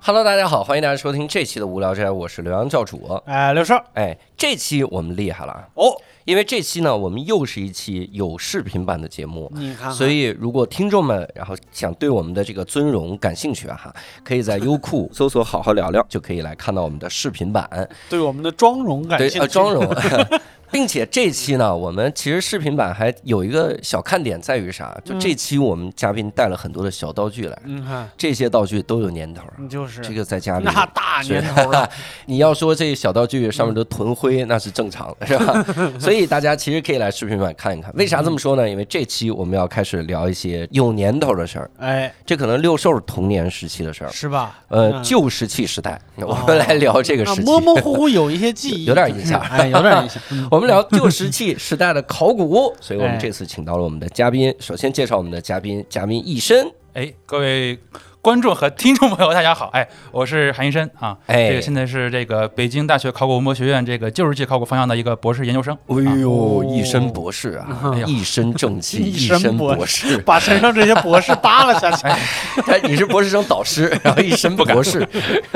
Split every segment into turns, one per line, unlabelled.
Hello，大家好，欢迎大家收听这期的无聊斋，我是刘洋教主。
哎，刘少，
哎，这期我们厉害了啊！
哦，
因为这期呢，我们又是一期有视频版的节目。
你
嗯
看看，
所以，如果听众们然后想对我们的这个尊容感兴趣啊哈，可以在优酷搜索“好好聊聊”，就可以来看到我们的视频版。
对我们的妆容感
对
兴，趣。
呃，妆容， 并且这期呢，我们其实视频版还有一个小看点在于啥？就这期我们嘉宾带了很多的小道具来，
你看，
这些道具都有年头儿。
你嗯就是
这个在家里
那大年头了，
你要说这小道具上面的囤灰，那是正常的，是 吧？所以大家其实可以来视频版看一看。为啥这么说呢？因为这期我们要开始聊一些有年头的事儿，
哎，
这可能六兽童年时期的事儿，
是吧？
呃，
嗯
旧石器时代，我们来聊这个
啊
时，期。
模模糊糊有一些记忆，
有点印象
就是哎，有点印象。嗯
我们聊旧石器时代的考古，所以我们
哎
这次请到了我们的嘉宾。首先介绍我们的嘉宾，嘉宾一身，
哎，各位观众和听众朋友，大家好！哎，我是韩医生啊，
哎
这个现在是这个北京大学考古文博学院这个旧石器考古方向的一个博士研究生。
哎呦，一身博士啊
哎，呀
一身正气，
一
一
身
身
博
博士，
把身上这些博士扒拉下去，
他你是博士生导师，然后一身博士。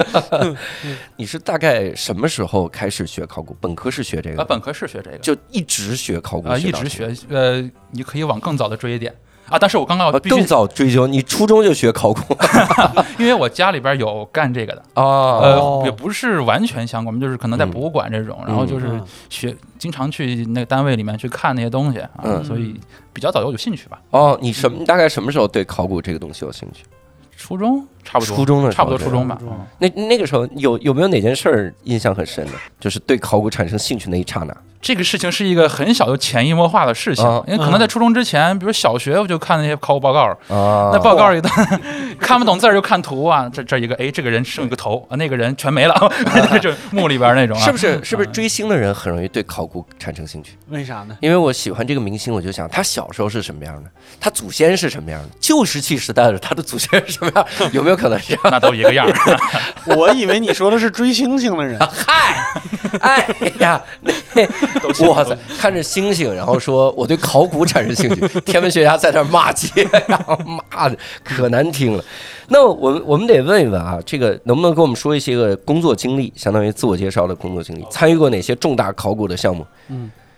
你是大概什么时候开始学考古？本科是学这
啊，
个，
本科是学这个，
就一直学考古
啊、一
到
直
现
学，呃，你可以往更早的追一点啊。但是我刚刚
在。啊
我必须
更，早追究，你初中就学考古
因为我家里边有干这个的，
啊？
呃，也不是完全相关，就是可能在
嗯
博物馆这种，然后就是
嗯
学经常去那个单位里面去看那些东西啊，
嗯
所以比较早有有兴趣吧。
哦，你什么大概什么时候对考古这个东西有兴趣？
初中差不多，
初中的时候
差不多初中吧。
对吧
那那个时候有有没有哪件事儿印象很深的？就是对考古产生兴趣那一刹那？
这个事情是一个很小就潜移默化的事情
啊，
因为可能在初中之前，比如小学我就看那些考古报告，
啊
那报告里的 看不懂字儿就看图啊，这这一个哎，这个人剩一个头啊，那个人全没了，就墓里边 那种啊，
是不是是不是追星的人很容易对考古产生兴趣？
为啥呢？
因为我喜欢这个明星，我就想他小时候是什么样的，他祖先是什么样的，旧石器时代的他的祖先是什么样， 有没有可能是这样？
啊那都一个样儿。
我以为你说的是追星星的人，
哎呀，那 哇塞，看着星星，然后说我对考古产生兴趣，天文学家在那儿骂街， 然后骂的可难听了。那我们我们得问一问啊，这个能不能给我们说一些个工作经历，相当于自我介绍的工作经历，参与过哪些重大考古的项目？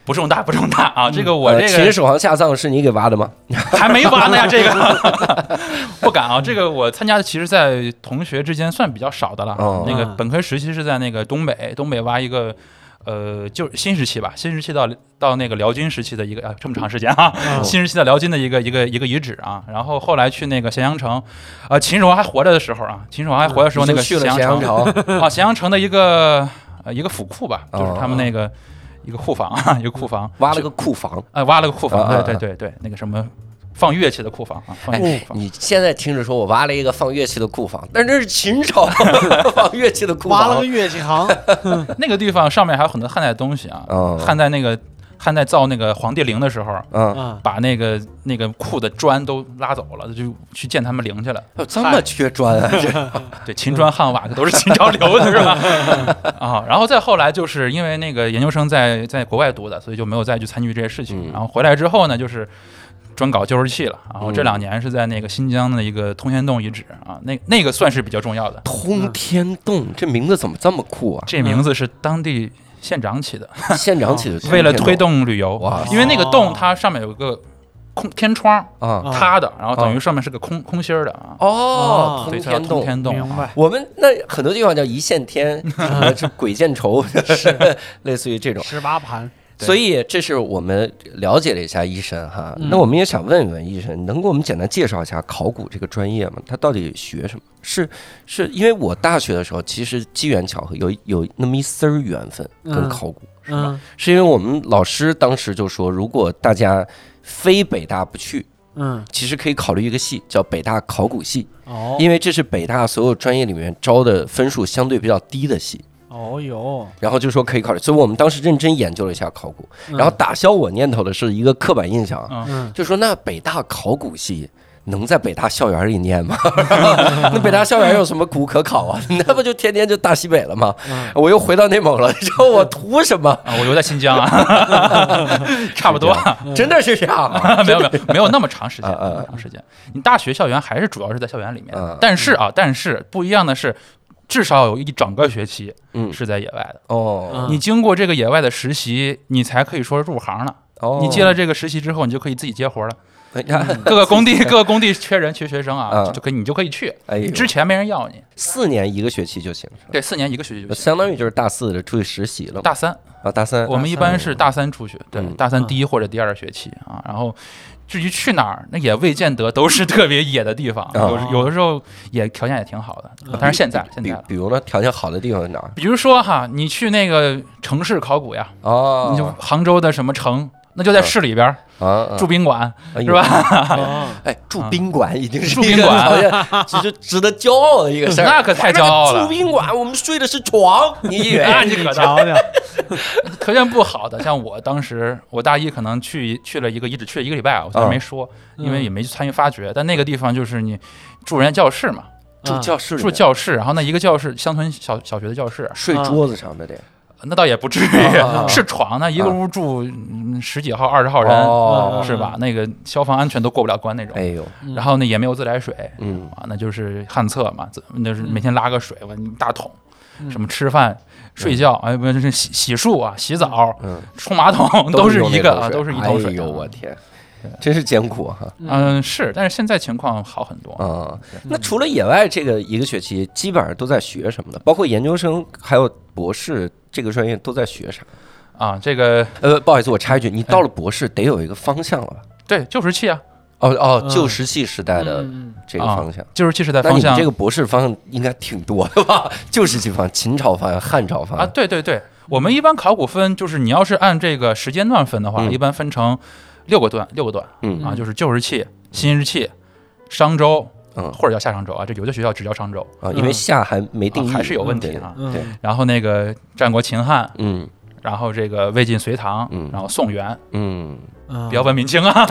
不重大，不重大啊！这个我
呃，
这
秦
个
始皇下葬是你给挖的吗？
还没完呢呀，这个 不敢啊！这个我参加的，其实，在同学之间算比较少的了
哦
啊。那个
嗯
本科时期是在那个东北，东北挖一个，呃，就是新时期吧，新时期到到那个辽金时期的一个啊，这么长时间啊，新时期的辽金的一个一个一个遗址啊。然后后来去那个咸阳城，啊，秦始皇还活着的时候啊，秦始皇还活着的时候，那个
嗯你就去了
咸
咸阳
阳
城，
城啊，咸阳城的一个呃一个府库吧，就是他
哦
们那个一个库房啊，一个库房
挖 了个库房。
啊，挖了个库
啊
房，
啊啊
对对对对，那个什么放乐器的库房啊，放乐器
哎
库，房。
你现在听着说我挖了一个放乐器的库房， 但是那是秦朝放乐器的库
挖了
房
个。乐器行，
那个地方上面还有很多汉代东西啊
哦，
汉代那个汉代造那个皇帝陵的时候，
嗯，
啊，
把那个那个库的砖都拉走了，就去建他们陵去了。
这么缺砖啊！这
对，秦砖汉瓦这都是秦朝留的，是吧？ 啊，然后再后来就是因为那个研究生在在国外读的，所以就没有再去参与这些事情。
嗯
然后回来之后呢，就是专搞旧石器了。然后这
嗯
两年是在那个新疆的一个通天洞遗址啊，那那个算是比较重要的。
通天洞这名字怎么这么酷 啊？
这名字是当地县长起的，
嗯县长起的，
为了推动旅游
哇，
因为那个
哦
洞它上面有个空天窗
啊
啊
塌的，然后等于上面是个空空心儿的啊，
哦，
哦
所
通
以它叫
天
通
洞。
天洞。
明白
我们那很多地方叫一线 天，什么是鬼见愁， 类似于这种。
十八盘，
对
所以这是我们了解了一下医生哈。那我们也想问一问医生，能给我们简单介绍一下考古这个专业吗？他到底学什么？是是因为我大学的时候，其实机缘巧合有有那么一丝儿缘分跟
嗯
考古，
嗯
是因为我们老师当时就说，如果大家非北大不去，
嗯，
其实可以考虑一个系叫北大考古系，
哦，
因为这是北大所有专业里面招的分数相对比较低的系。
哦哟，
然后就说可以考虑，所以我们当时认真研究了一下考
嗯
古，然后打消我念头的是一个刻板印象啊，
嗯
嗯
就说那北大考古系能在北大校园里念 吗？那北大校园有什么古可考啊？ 那不就天天就大西北了吗？
嗯
我又回到内蒙了，你说我图什么？
啊，我留在新 疆啊， 差不多。
真的是这样啊，
没有没有没有那么长时间，
嗯嗯
那么长时间。你大学校园还是主要是在校园里面
嗯，
但是啊，但是不一样的是，至少有一整个学期
嗯
是在野外的。
哦
你经过这个野外的实习，你才可以说入行了。
哦，哎
你接了嗯这个实习之后，你就可以自己接活了。
你看，
各个工 地，各个工地缺人缺学生啊，
嗯
就就可以你就可以去。
哎呦，
之前没人要你，
四年一个学期就行，是吧
对，四年一个学期就行。
相当于就是大四的出去实习了嘛，
大三，
啊，大三
我们一般是大三出去，对，
嗯
大三第一或者第二学期啊。然后至于去哪儿，那也未见得都是特别野的地方，
哦
有时有的时候也条件也挺好的。但是现在现在
比
了，
比如呢，条件好的地方是哪儿？
比如说哈，你去那个城市考古呀，你就
哦，
杭州的什么城，那就在市里边儿
啊啊，
住宾馆
哎呦
是吧？
哦
哎，住宾馆已经是
啊住
一
宾
个
馆
好像其实值得骄傲的一个事儿。
那可太骄傲了啊
住宾馆，我们睡的是 床，你以为？
那你可
瞧瞧，
条件不好的，像我当时，我大一可能去去了一个遗址，去了一个礼拜啊，我当时没说，因
嗯
为也没参与发掘。但那个地方就是你住人家教室嘛，
住教室里
住
面，
教室，然后那一个教室，乡村小小学的教室，
睡桌子上的得。
那倒也不至
啊
于， 是床呢，一个屋住嗯十几号、二十号人，啊
哦，
是吧？那个消防安全都过不了关那种
哎。呦，
嗯
嗯
然后呢，也没有自来水
嗯，
啊，那就是旱厕嘛，自那就是每天拉个水吧，一大桶。
嗯
什么吃饭、睡觉，哎，不是洗洗漱啊，洗澡
嗯、
冲马桶都是
用那
一个
桶
啊，
水
都是一桶
哎
水啊。
呦，我天，真是艰苦啊哈。
嗯，是，但是现在情况好很多。
啊，那除了野外这个一个学期，基本上都在学什么呢？包括研究生还有博士这个专业都在学啥？
啊，这个
呃，不好意思，我插一句，你到了博士得有一个方向了吧？
对旧石器啊，
哦哦，旧石器时
嗯
代的这个
啊
方向。
旧石器时代
那
方
你们
向
这个博士方向应该挺多的吧？旧石器方向、秦朝方向、汉朝方
啊，
向。
对对对，我们一般考古分就是你要是按这个时间段分的话，
嗯
一般分成六个段，六个段
嗯
啊，就是旧石器、新石器、商周，
嗯
或者叫夏商周啊，这有的学校只叫商周，
啊，因为夏还没定义，
啊还是有问题
对
啊
对，
然后那个战国、秦汉，
嗯
然后这个魏晋、隋唐
嗯，
然后宋元，
嗯，
不要问明清 啊，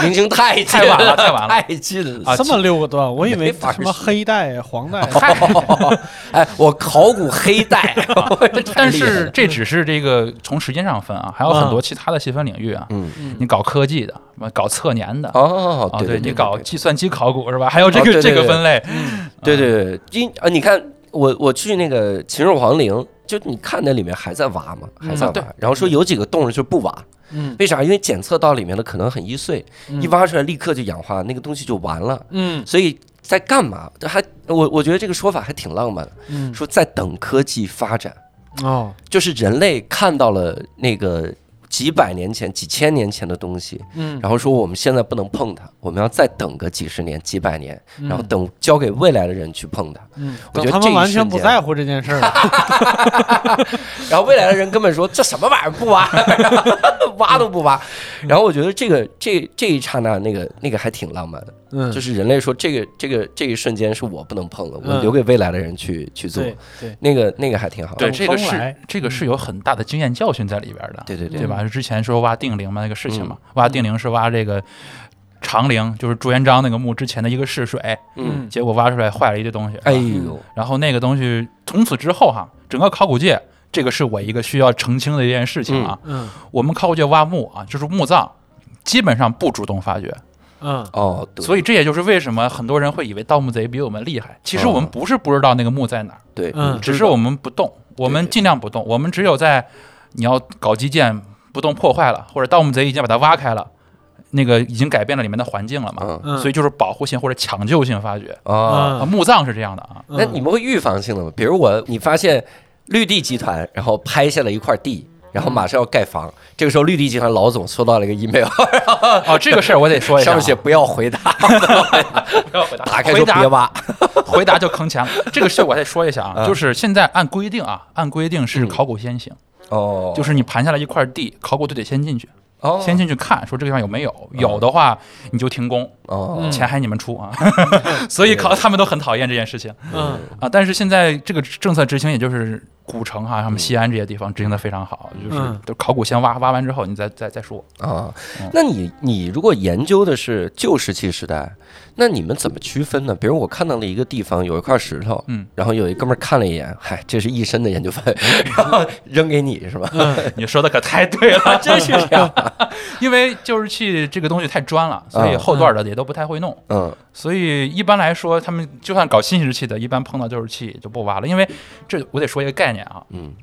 明清太近
太晚了太晚了
太近了。
啊
这么六个段，我以
没
为
法
什么黑带、黄带，
哦
哎，我考古黑带，
啊但是这只是这个从时间上分啊，还有很多其他的细分领域啊，
嗯
你搞科技的，什么搞测年的。
哦，
啊，
对
对
对，
你搞计算机考古是吧？还有这
哦
个、
对对
这个
对
分类，
对对对，因啊，你看我我去那个秦始皇陵，就你看那里面还在挖嘛，还在
嗯对
挖，然后说有几个洞就不挖，
嗯
为啥？因为检测到里面的可能很易碎，一挖出来立刻就氧化，那个东西就完了，
嗯
所以。在干嘛？还我我觉得这个说法还挺浪漫的，
嗯
说在等科技发展，
嗯
哦
就是人类看到了那个几百年前、几千年前的东西，
嗯
然后说我们现在不能碰它，我们要再等个几十年、几百年，然后等交给未来的人去碰它。
嗯，
我觉得
等他
这
们
一
完全
瞬
不
间
在乎这件事儿了，
然后未来的人根本说这什么玩意儿不挖， 挖都不挖。然后我觉得这个这这一刹那，那个那个还挺浪漫的，
嗯，
就是人类说这个这个这一瞬间是我不能碰的，我
嗯
留给未来的人去去做。
对对，
那个那个还挺好。
对，
等
这个
风
是
来
这个是有很大的经验教训在里边的，
对对对嗯
对吧？之前说挖定陵嘛，那个事情嘛，挖定陵是挖这个长陵，就是朱元璋那个墓之前的一个试水，
嗯，
结果挖出来坏了一堆东西，
哎呦，
然后那个东西从此之后哈，整个考古界。这个是我一个需要澄清的一件事情啊！
嗯
我们考古界挖墓啊，就是墓葬，基本上不主动发掘，
嗯
哦，对
所以这也就是为什么很多人会以为盗墓贼比我们厉害。其实我们
哦
不是不知道那个墓在哪儿，
对，
嗯
只是我们不动，我们尽量不动，我们只有在你要搞基建不动破坏了，或者盗墓贼已经把它挖开了，那个已经改变了里面的环境了嘛，
嗯
嗯，
所以就是保护性或者抢救性发掘
啊，
啊，
嗯
墓葬是这样的啊，
那你们会预防性的吗？比如我，你发现绿地集团，然后拍下了一块地。然后
嗯
马上要盖房，这个时候绿地集团老总收到了一个 email，
哦，这个事儿我得说一下
上
啊，
面写 不要回答，
不要回答，
打开
回
说别
答
挖。
回答就坑钱了，这个事儿我得说一下啊，就是现在按规定啊，按规定是
嗯
考古先行，
哦，
就是你盘下来一块地，考古队得先进去，
哦，
先进去看，说这个地方有没有，有的话你就停工，
哦，
钱还你们出啊， 所以考他们都很讨厌这件事情。
嗯
啊，但是现在这个政策执行，也就是古城哈、什么西安这些地方执行的非常好，就是
嗯
都考古先挖挖完之后，你再再再说。
啊，那你你如果研究的是旧石器时代，那你们怎么区分呢？比如我看到了一个地方有一块石头，
嗯，
然后有一哥们儿看了一眼，嗨，这是一身的研究费， 然后扔给你是吧？
你说的可太对了，嗯 真是这样。因为旧石器这个东西太专了，所以后段的也都不太会弄。
嗯
所以一般来说，他们就算搞新石器的，一般碰到旧石器就不挖了，因为这我得说一个概念啊。
嗯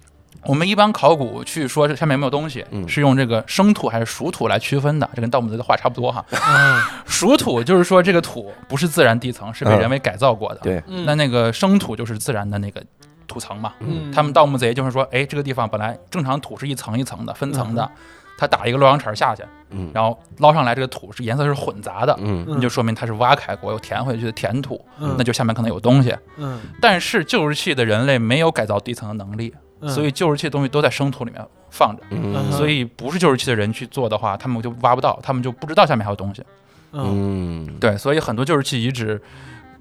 我们一般考古去说这下面有没有东西，
嗯
是用这个生土还是熟土来区分的，这跟盗墓贼的话差不多哈。
嗯
熟土就是说这个土不是自然地层，是被
嗯
人为改造过的。
对
嗯
那那个生土就是自然的那个土层嘛。
嗯
他们盗墓贼就是说，哎，这个地方本来正常土是一层一层的分层的，他打一个洛阳铲下去，
嗯
然后捞上来这个土是颜色是混杂的，
嗯
那就说明它是挖开过又填回去的填土，
嗯
那就下面可能有东西。
嗯，
但是旧石器的人类没有改造地层的能力，
嗯
所以旧石器的东西都在生土里面放着。
嗯，
嗯
所以不是旧石器的人去做的话，他们就挖不到，他们就不知道下面还有东西。
嗯
嗯
对，所以很多旧石器遗址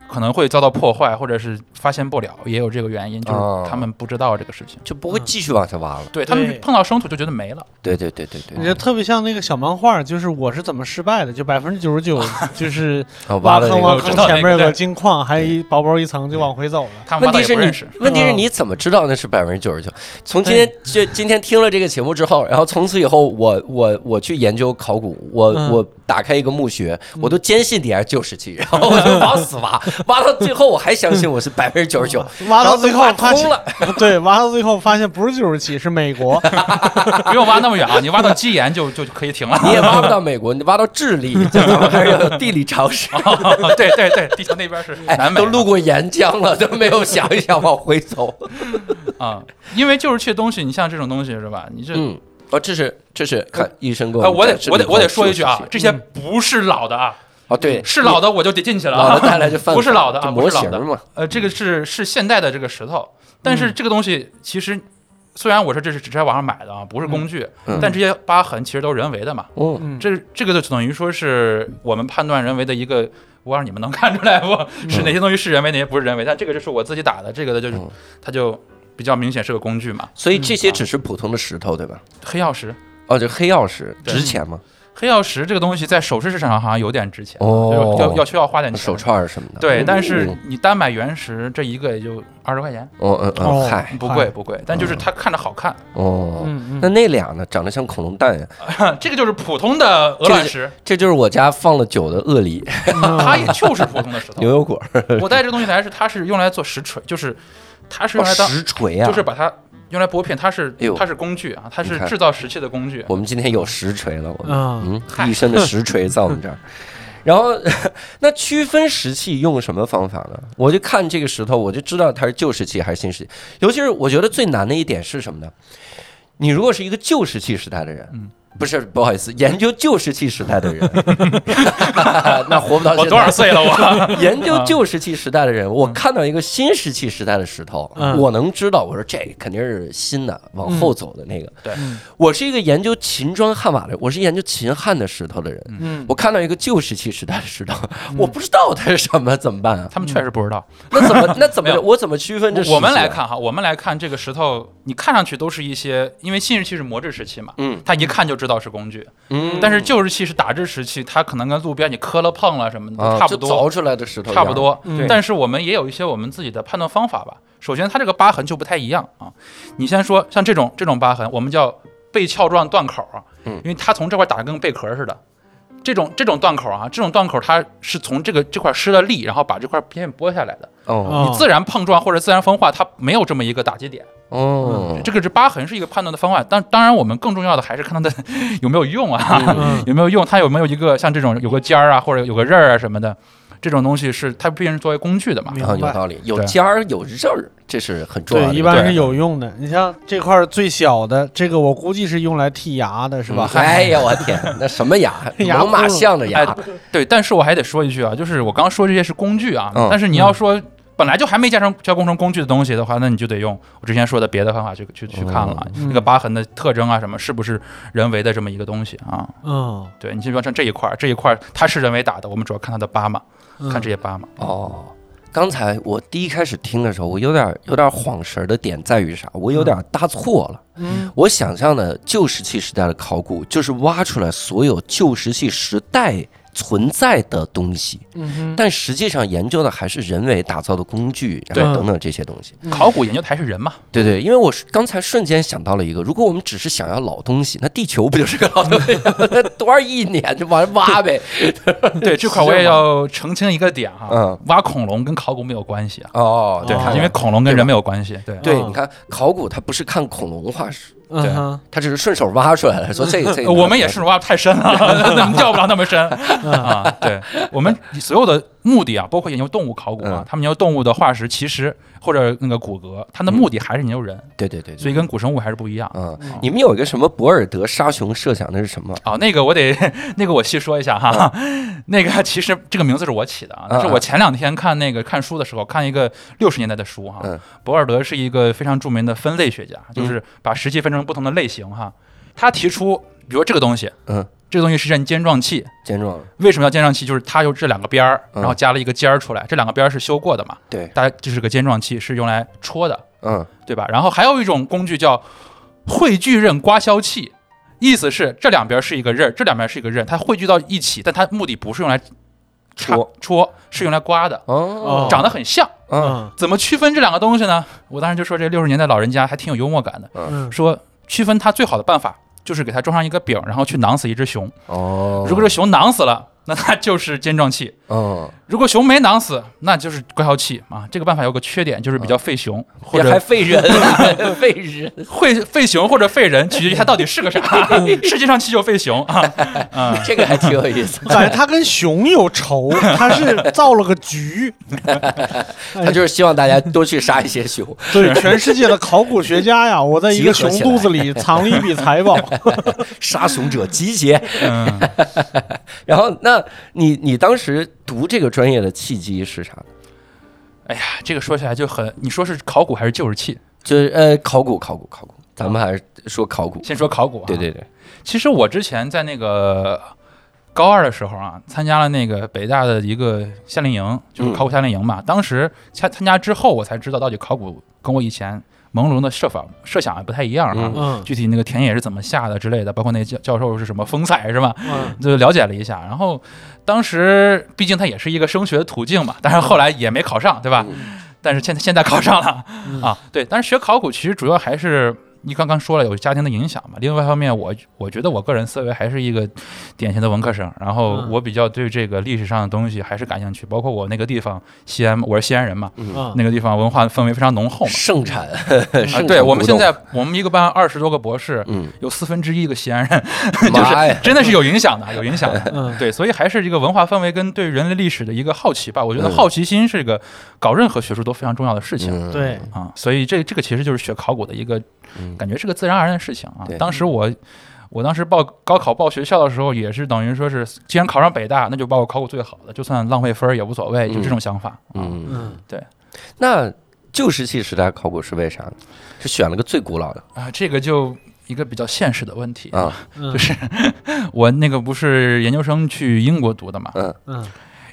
可能会遭到破坏，或者是发现不了，也有这个原因，就
哦
是他们不知道这个事情。
就不会继续往下挖了。
对他们碰到生土就觉得没了，
对对对对
你
对，
这特别像那个小漫画，就是我是怎么失败的，就百分之九十九就是
啊
挖
了
坑
那
挖
个
我知
坑，
道
前
那
面有
个
个
对
金矿，还一薄薄一层就往回走了。
他们
问
挖到
题是
也不认
你
识。，
问题是你怎么知道那是百分之九十九？从今
对
天就今天听了这个节目之后，然后从此以后我，我我去研究考古，我、
嗯
我打开一个墓穴，
嗯
我都坚信你还是旧石器，然后我就往死 挖，挖到最后我还相信我是百分之九十九，
嗯
挖到最后
然
发
挖通
现，
了，
对，挖到最后发现不是九十七，是美国。
不用挖那么远啊，你挖到基岩就就就可以停 了。
你也挖不到美国，你挖到智利，这咱们还是要有地理常识。
对对对，地球那边是
哎
哦南，美
都路过沿江了，都没有想一想往回走。
啊，因为就是这东西，你像这种东西是吧？你 这
嗯，哦，这是这是看医生给
啊，
我
我
们
得
展示了
我得
一块
我得说一句
旧
啊
石，器
这些不是老的啊，
哦嗯对，
是老的我就得进去了啊，
老的带来就犯法
不是老的啊，
就
不
模
是老
型
的，
嘛，
呃，这个是是现代的这个石头，但
嗯
是这个东西其实虽然我说这是只是在网上买的啊，不是工具，
嗯
但这些疤痕其实都是人为的嘛。
嗯。
嗯，
这这个就等于说是我们判断人为的一个，我不知道你们能看出来不？是哪些东西是人为，哪些不是人为？但这个就是我自己打的，这个的就是
嗯
它就比较明显是个工具嘛。
所以这些只是普通的石头，对吧？
黑曜石，
哦，这黑曜石
对
值钱吗？
黑曜石这个东西在首饰市场上好像有点值钱，
哦
就是要要需要花点钱。
手串儿什么的。
对，
嗯
但是你单买原石这一个也就二十块钱，
哦嗯
哦
嗯，嗨，
不贵不贵，但
嗯
就是它看着好看。
哦，
嗯
那
嗯，
那俩呢？长得像恐龙蛋呀，
嗯这个就是普通的鹅卵石，
这就是我家放了酒的鳄梨、
哦它也就是普通的石
牛
头。
油果儿，
我带这个东西来是它是用来做石锤，就是它是用来当
实锤啊！
就是把它用来拨片，它是
哎呦
它是工具啊，它
你
是
看
制造石器的工具。
我们今天有实锤了，我们
啊
嗯
嗯，一身的实锤在我们这儿。然后， 那区分石器用什么方法呢？我就看这个石头，我就知道它是旧石器还是新石器。尤其是我觉得最难的一点是什么呢？你如果是一个旧石器时代的人，
嗯
不是不好意思，研究旧石器时代的 人， 那活不到
我
现在。
多少岁了 我？
研究旧石器时代的
嗯
人，我看到一个新石器时代的石头，
嗯
我能知道，我说这肯定是新的，往后走的那个。
对
嗯
我是一个研究秦砖汉瓦的，我是研究秦汉的石头的人。
嗯
我看到一个旧石器时代的石头，我不知道它是什么，怎么办啊？
嗯他们确实不知道。
那怎 么那怎
没
么
有
我怎么区分这？啊
我们来，看哈，我们来看这个石头，你看上去都是一些，因为新石器是磨制石器嘛，
嗯，
它一看就知道是工具。
嗯，
但是旧石器是打制石器，它可能跟路边你磕了碰了什么的
啊
都差不
就凿
多，
出来的石头一样
差不。多
嗯对。
但是我们也有一些我们自己的判断方法吧。首先，它这个疤痕就不太一样啊。你先说，像这种这种疤痕，我们叫背壳状断口啊，
嗯
因为它从这块打得跟贝壳似的。这种这种断口啊，这种断口它是从这个这块施了力，然后把这块片面剥下来的。
哦
你自然碰撞或者自然风化，它没有这么一个打击点。
哦，
嗯这个是疤痕是一个判断的方法，当当然我们更重要的还是看它的 有没有用啊。
嗯
有没有用？它有没有一个像这种有个尖儿啊，或者有个刃儿啊什么的，这种东西是它毕竟是作为工具 的嘛。
嗯明
啊，有
白。
道理，有
对
尖儿有刃儿，这是很重要的
对，
个。
一般是有用的。你像这块儿最小的，这个我估计是用来剔牙的，是吧？
哎呀，我天，那什么 牙？
牙
猛犸
崩了
象的牙
哎，对，但是我还得说一句啊，就是我刚刚说这些是工具啊，
嗯
但是你要说本来就还没加上加工成工具的东西的话，那你就得用我之前说的别的方法去去去
哦
看了，
嗯
那个疤痕的特征啊什么是不是人为的这么一个东西啊？
嗯，
对你就比方像这一块儿，这一块儿它是人为打的，我们主要看它的疤嘛，
嗯
看这些疤嘛。
哦，刚才我第一开始听的时候，我有点有点晃神儿的点在于啥？我有点搭错了。
嗯，
我想象的旧石器时代的考古，就是挖出来所有旧石器时代存在的东西，
嗯
但实际上研究的还是人为打造的工具，然后
对
等等这些东西。
考古研究的还是人嘛，
对对，因为我是刚才瞬间想到了一个，如果我们只是想要老东西，那地球不就是个老东西吗？ 那多少亿年就往上挖呗。
嗯对这块我也要澄清一个点哈，
嗯
挖恐龙跟考古没有关系啊，
哦，
对
你看，
因为恐龙跟人没有关系，对
对，
哦
你看考古它不是看恐龙化石，
嗯哼，
它只是顺手挖出来了，说 这个这个。
呃我们也是挖得太深了， 那掉不了那么深啊。对我们所有的目的啊，包括研究动物考古啊
嗯，
他们研究动物的化石，其实或者那个骨骼，它的目的还是研究人，
对对对，
所以跟古生物还是不一样。
嗯，你们有一个什么博尔德杀熊设想，那是什么？
啊，那个我得， 那个我细说一下哈。 那个其实这个名字是我起的啊，
嗯
但是我前两天看那个看书的时候，看一个六十年代的书哈
嗯。
博尔德是一个非常著名的分类学家，就是把石器分成不同的类型哈。他提出，比如说这个东西，
嗯，
这个东西是件尖状器，
尖状了，
为什么要尖状器？就是它有这两个边儿，
嗯
然后加了一个尖儿出来，这两个边儿是修过的嘛？
对，
大家这是个尖状器，是用来戳的，
嗯，
对吧？然后还有一种工具叫汇聚刃刮削器，意思是这两边是一个刃，这两边是一个刃，它汇聚到一起，但它目的不是用来插
戳，
戳是用来刮的，
哦，
长得很像。
嗯
嗯
怎么区分这两个东西呢？我当时就说这六十年代老人家还挺有幽默感的，
嗯
说区分它最好的办法就是给它装上一个柄，然后去囊死一只熊。
哦，
如果这熊囊死了，那它就是尖状器。
嗯，
如果熊没囊死，那就是刮削器啊。这个办法有个缺点，就是比较费熊，或
也还
者
费人 啊，费人，
会费熊或者费人，取决于它到底是个 啥。
嗯
世界上气就费熊啊，嗯，
这个还挺有意 思。
感觉他跟熊有仇，他是造了个局。
他就是希望大家多去杀一些熊。
对，全世界的考古学家呀，我在一个
集合
熊
起来
肚子 里藏了一笔财宝。
杀熊者集结。
嗯
然后，那你你当时读这个专业的契机是啥呢？
哎呀，这个说起来就很，你说是考古还是旧石器？
就是呃，考古，考古，考古，咱们还是说考古。
先说考古、啊，
对，对对，
其实我之前在那个高二的时候啊，参加了那个北大的一个夏令营，
嗯
就是考古夏令营嘛。当时参参加之后，我才知道到底考古跟我以前朦胧的设法设想还不太一样啊。
嗯
嗯
具体那个田野是怎么下的之类的，包括那教教授是什么风采是吧？
嗯
就了解了一下。然后当时毕竟它也是一个升学途径嘛，但是后来也没考上，对吧？
嗯
但是现在现在考上了、啊，对。但是学考古其实主要还是你刚刚说了有家庭的影响嘛。另外一方面，我我觉得我个人思维还是一个典型的文科生，然后
嗯
我比较对这个历史上的东西还是感兴趣，包括我那个地方西安，我是西安人嘛，
嗯
那个地方文化氛围非常浓厚嘛。
盛产，
啊，
盛
对
产
我们
古董，
现在我们一个班二十多个博士，
嗯，
有四分之一个西安人， 就
妈呀
是真的是有影响的，有影响的。
嗯
对，所以还是一个文化氛围跟对人类历史的一个好奇吧。我觉得
嗯
好奇心是一个搞任何学术都非常重要的事情
嗯，
对，
啊。所以这这个其实就是学考古的一个
嗯，
感觉是个自然而然的事情啊
对。
当时我。我当时报高考报学校的时候，也是等于说是，既然考上北大，那就报个考古最好的，就算浪费分儿也无所谓，就这种想法。啊，
嗯，
嗯
那旧石器时代考古是为啥呢？是选了个最古老的
啊，这个就一个比较现实的问题
啊，
嗯
就是我那个不是研究生去英国读的嘛，
嗯
嗯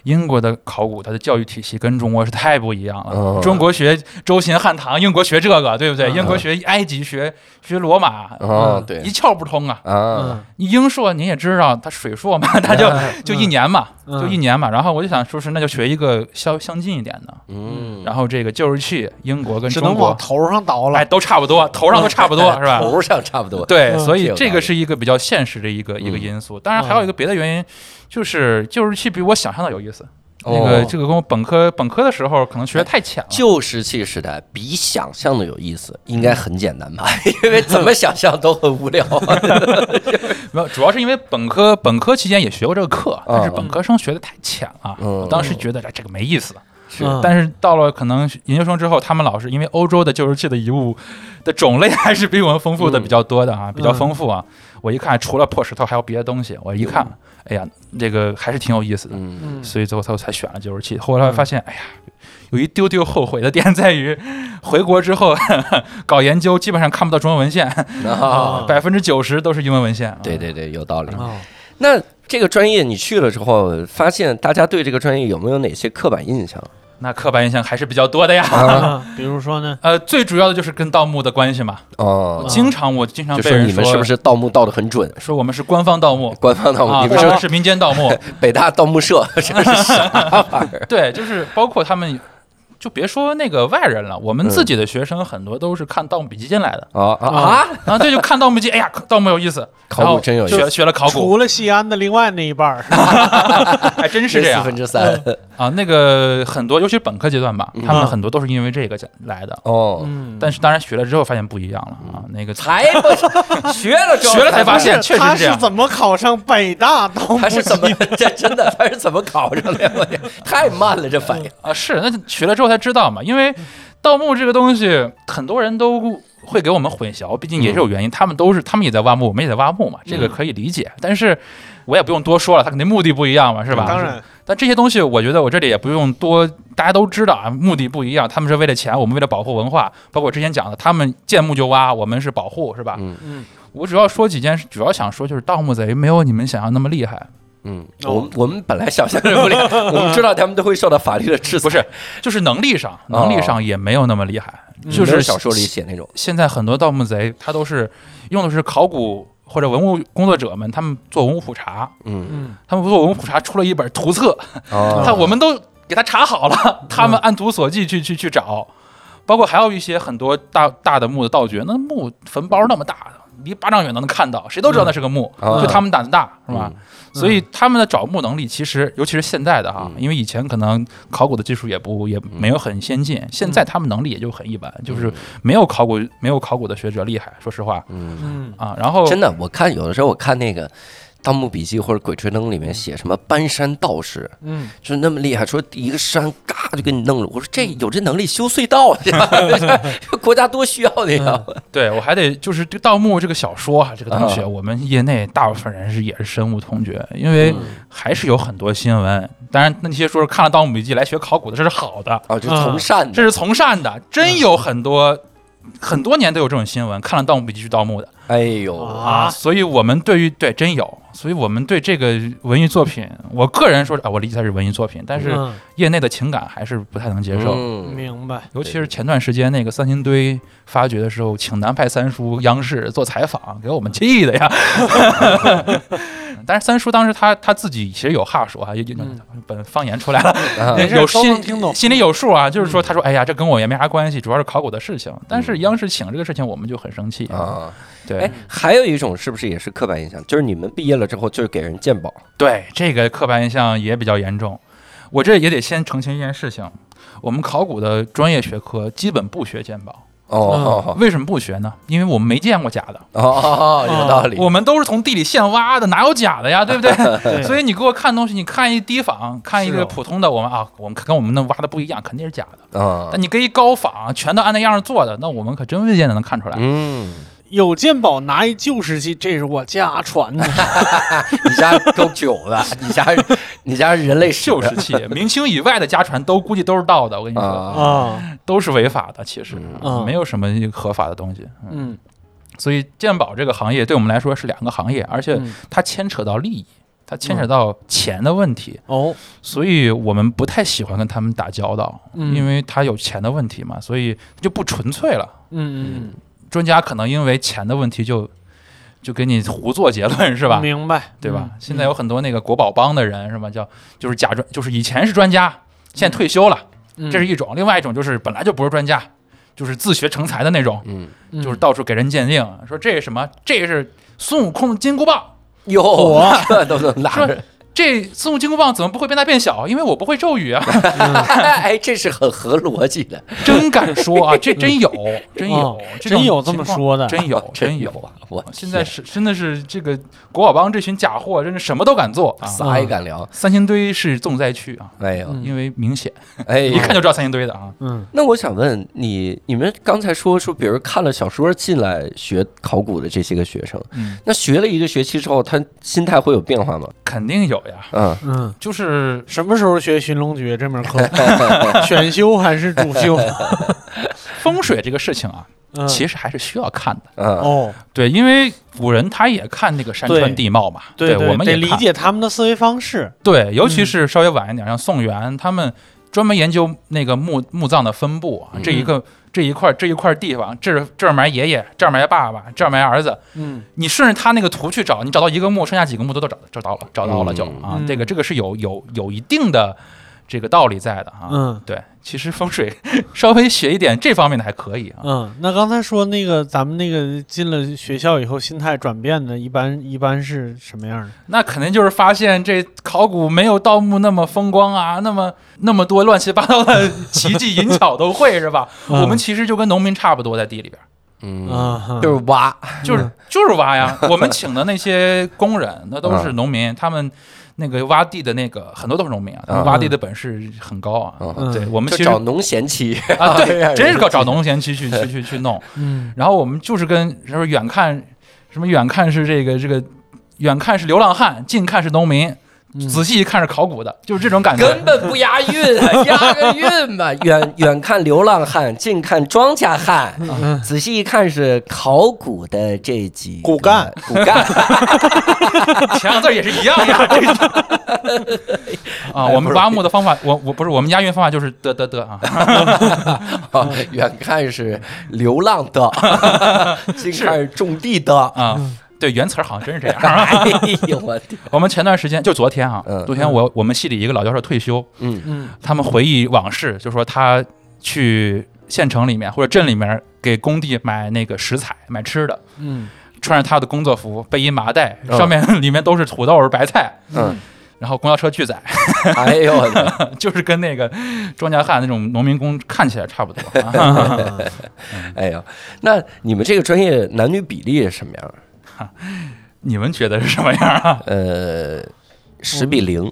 英国的考古它的教育体系跟中国是太不一样了。
嗯
中国学周秦汉唐，英国学这个，对不对？
嗯
英国学埃及学学罗马，
哦，
嗯
对
一窍不通啊。
啊，
嗯
你英硕您也知道，它水硕嘛， 它就就一年嘛，
嗯
就一年嘛。然后我就想说是那就学一个相相近一点的。
嗯，
然后这个旧石器，英国跟
只
中
能
国
往，头上倒
哎，
了。
都差不多，头上都差不多，是吧？
嗯哎头上差不多，
对，
嗯
所以
这有
这
道
个
理
是一个比较现实的一个一个
嗯
因素。当然还有一个别的原因，就是旧石器比我想象的有意思。那
哦哎
个这个跟我本科本科的时候可能学的太浅了。
旧石器时代比想象的有意思，应该很简单吧？ 因为怎么想象都很无聊。啊
没有，主要是因为本科本科期间也学过这个课，但是本科生学的太浅了。
啊嗯
我当时觉得哎这个没意思。
是
嗯
但是到了可能研究生之后，他们老师因为欧洲的旧石器的遗物的种类还是比我们丰富的
嗯
比较多的啊，比较
嗯
丰富啊。我一看，除了破石头还有别的东西，我一看，哎呀，这个还是挺有意思的。
嗯，
嗯
所以最后他才选了九十七。后来发现，哎呀，有一丢丢后悔的点在于，回国之后 搞研究基本上看不到中文文献，
啊，
百分之九十都是英文文献。嗯
对，对对，有道理。
啊
那这个专业你去了之后，发现大家对这个专业有没有哪些刻板印象？
那刻板印象还是比较多的呀。
啊
啊， 比如说呢，
呃，最主要的就是跟盗墓的关系嘛。
哦，
经常我经常
就
嗯被
说
人
你们是不
说
是盗墓盗的很准？
说我们是官方盗墓
官方盗墓，
啊，
你们
我
是
是民间盗 墓。
北大盗墓社，这是啥玩意儿？
对，就是包括他们，就别说那个外人了，我们自己的学生很多都是看《盗墓笔记》进来的，
嗯啊啊啊！
然后这就看《盗墓记》，哎呀，盗墓有意思，
考古
然后
真有意
学学了考古，
除了西安的另外那一半儿，
还真是这
这
样
四分之三
啊。那个很多，尤其是本科阶段吧，
嗯
他们很多都是因为这个来的。
哦，
嗯，
但是当然学了之后发现不一样了啊，那个
才不是学了之后
学了才发现
不是
确实
他
是这样
是怎么考上北大盗墓
他是怎么 这真的他是怎么考上的呀？我天，太慢了这反应。
啊，是，那就学了之后才知道嘛，因为盗墓这个东西，很多人都会给我们混淆，毕竟也是有原因，他们都是他们也在挖墓，我们也在挖墓嘛，这个可以理解。但是我也不用多说了，他肯定目的不一样嘛，是吧？
当。然，
但这些东西，我觉得我这里也不用多，大家都知道啊，目的不一样，他们是为了钱，我们为了保护文化，包括之前讲的，他们见墓就挖，我们是保护，是吧？
嗯
嗯。
我主要说几件事，主要想说就是盗墓贼没有你们想象那么厉害，
嗯，
哦
我们我们本来想象这不 了，我们知道他们都会受到法律的制裁，
不是，就是能力上，能力上也没有那么厉害，
哦
就
嗯没有
是
小说里写那种。
现在很多盗墓贼他都是用的是考古或者文物工作者们，他们做文物普查，
嗯，
嗯，
他们做文物普查出了一本图册，他
哦，
我们都给他查好
嗯
了，他们按图索骥去去去找，包括还有一些很多大大的墓的盗掘，那墓坟包那么大，离巴掌远都能看到，谁都知道那是个墓，
嗯
就他们胆子大是吧
嗯？
所以他们的找墓能力其实，尤其是现在的哈，
嗯
因为以前可能考古的技术也不也没有很先进，现在他们能力也就很一般，就是没有考古没有考古的学者厉害，说实话
嗯，
嗯，
啊。然后
真的，我看有的时候我看那个《盗墓笔记》或者《鬼吹灯》里面写什么搬山道士，
嗯，
就是那么厉害，说一个山嘎就给你弄了。我说这有这能力修隧道啊，这国家多需要你啊！
对我还得就是对盗墓这个小说啊，这个东西，
啊
我们业内大部分人是也是深恶痛绝，因为还是有很多新闻。当然，那些说是看了《盗墓笔记》来学考古的，这是好的，
啊，就从善
这
的，
是从善的，真有很多。很多年都有这种新闻，看了《盗墓笔记》去盗墓的
哎呦，
啊
所以我们对于对真有，所以我们对这个文艺作品，我个人说啊，我理解它是文艺作品，但是
嗯
业内的情感还是不太能接受。
嗯
明白，
尤其是前段时间那个三星堆发掘的时候，请南派三叔央视做采访，给我们气的呀。 但是三叔当时他他自己其实有话说啊，也也
嗯
本方言出来了，
啊
没事
有
都能
心
听懂
心里有数啊，就是说他说哎呀，这跟我也没啥关系，主要是考古的事
嗯
情。但是央视请这个事情，我们就很生气。
啊！哎
对，
还有一种是不是也是刻板印象？就是你们毕业了之后就是给人鉴宝，
对，这个刻板印象也比较严重。我这也得先澄清一件事情，我们考古的专业学科基本不学鉴宝，
哦哦
为什么不学呢？因为我们没见过假的。
哦哦，有道理。
我们都是从地里现挖的，哪有假的呀，对不 对？
对
所以你给我看东西，你看一低仿，看一
是
个
哦
普通的，我们啊，我们跟我们那挖的不一样，肯定是假的。
啊，
但你跟一高仿，全都按那样做的，那我们可真未见得能看出来。
嗯，
有鉴宝拿一旧石器，这是我家传的，
你家够久了，你家你家人类史
旧石器，明清以外的家传都估计都是盗的，我跟你说，
啊，
啊，
都是违法的。其实
嗯
没有什么合法的东西，嗯
嗯，
所以鉴宝这个行业对我们来说是两个行业，而且
嗯
它牵扯到利益，它牵扯到钱的问题。
哦，
所以我们不太喜欢跟他们打交道，
嗯
因为他有钱的问题嘛，所以就不纯粹了。
嗯嗯，
专家可能因为钱的问题就就给你胡做结论是吧？
明白，
对吧？
嗯
现在有很多那个国宝帮的人是吧？叫就是假专，就是以前是专家，现在退休了，
嗯
这是一种；另外一种就是本来就不是专家，就是自学成才的那种，
嗯，
嗯
就是到处给人鉴定，说这是什么？这是孙悟空的金箍棒。
哟，
我
这都能拿
说
着，
这孙悟空金箍棒怎么不会变大变小？因为我不会咒语 啊。
哎，这是很合逻辑的，
真敢说啊，这真有，真有
嗯哦，
种
真有这么
情况
说的
真有，
真
真有。
啊！我
现在是真的是这个国宝帮这群假货，真是什么都敢做啊！
啥也敢聊，
三星堆是重灾区啊，
哎呦，
嗯
因为明显
哎呦，
一看就知道三星堆的啊。
嗯
那我想问你，你们刚才说说，比如看了小说进来学考古的这些个学生，
嗯，
那学了一个学期之后，他心态会有变化吗？
肯定有呀，
嗯，
嗯，
就是
什么时候学寻龙诀这门 课？选修还是主修？
风水这个事情啊，
嗯
其实还是需要看的。
嗯，
哦，
对，因为古人他也看那个山川
对
地貌嘛，
对，
我们
得
也
理
看。
解他们的思维方式。
对，尤其
嗯
是稍微晚一点，像宋元他们专门研究那个墓墓葬的分布啊，这
嗯
一个这一块这一块地方，这是这儿埋爷爷，这儿埋爸爸，这儿埋儿子，
嗯，
你顺着他那个图去找，你找到一个墓，剩下几个墓都都找找到了，找到了就
嗯
啊
嗯，
这个这个是有有有一定的这个道理在的啊。
嗯
对，其实风水 稍微学一点这方面的还可以啊。
嗯，那刚才说那个咱们那个进了学校以后心态转变的，一般一般是什么样的？
那肯定就是发现这考古没有盗墓那么风光啊，那么那么多乱七八糟的 奇技淫巧都会是吧？
嗯
我们其实就跟农民差不多，在地里边儿
嗯，
啊
哦
哈，
就是挖，
就是就是挖呀。我们请的那些工人，那都是
嗯
农民，他们。那个挖地的那个很多都是农民啊，他们挖地的本事很高啊。
嗯
嗯
对，我们
就
其实
找农闲期，
啊，
哎呀
对，真是搞找农闲去去去去去弄。
嗯
然后我们就是跟什么远看，什么远看是这个这个，远看是流浪汉，近看是农民，
嗯
仔细一看是考古的，就是这种感觉
根。本不押韵啊，押个韵吧。远远看流浪汉，近看庄稼汉，
嗯
仔细一看是考古的这几
骨干，
骨干。
前两字也是一样呀。这个 啊，
哎
我们挖墓的方法，我我不是我们押韵方法就是得得得啊，
啊远看是流浪的， 近看是种地的。
啊。对，原词儿好像真是这样。
哎呦我天，
我们前段时间就昨天啊
嗯，
昨天我我们系里一个老教授退休，
嗯
嗯
他们回忆往事，就说他去县城里面或者镇里面给工地买那个食材、买吃的，
嗯
穿着他的工作服，背一麻袋，
嗯
上面里面都是土豆、白菜，
嗯，
然后公交车拒载，
哎呦我天，
就是跟那个庄稼汉那种农民工看起来差不多。啊
啊
哎呦，那你们这个专业男女比例是什么样？
你们觉得是什么样啊？
呃，十比零，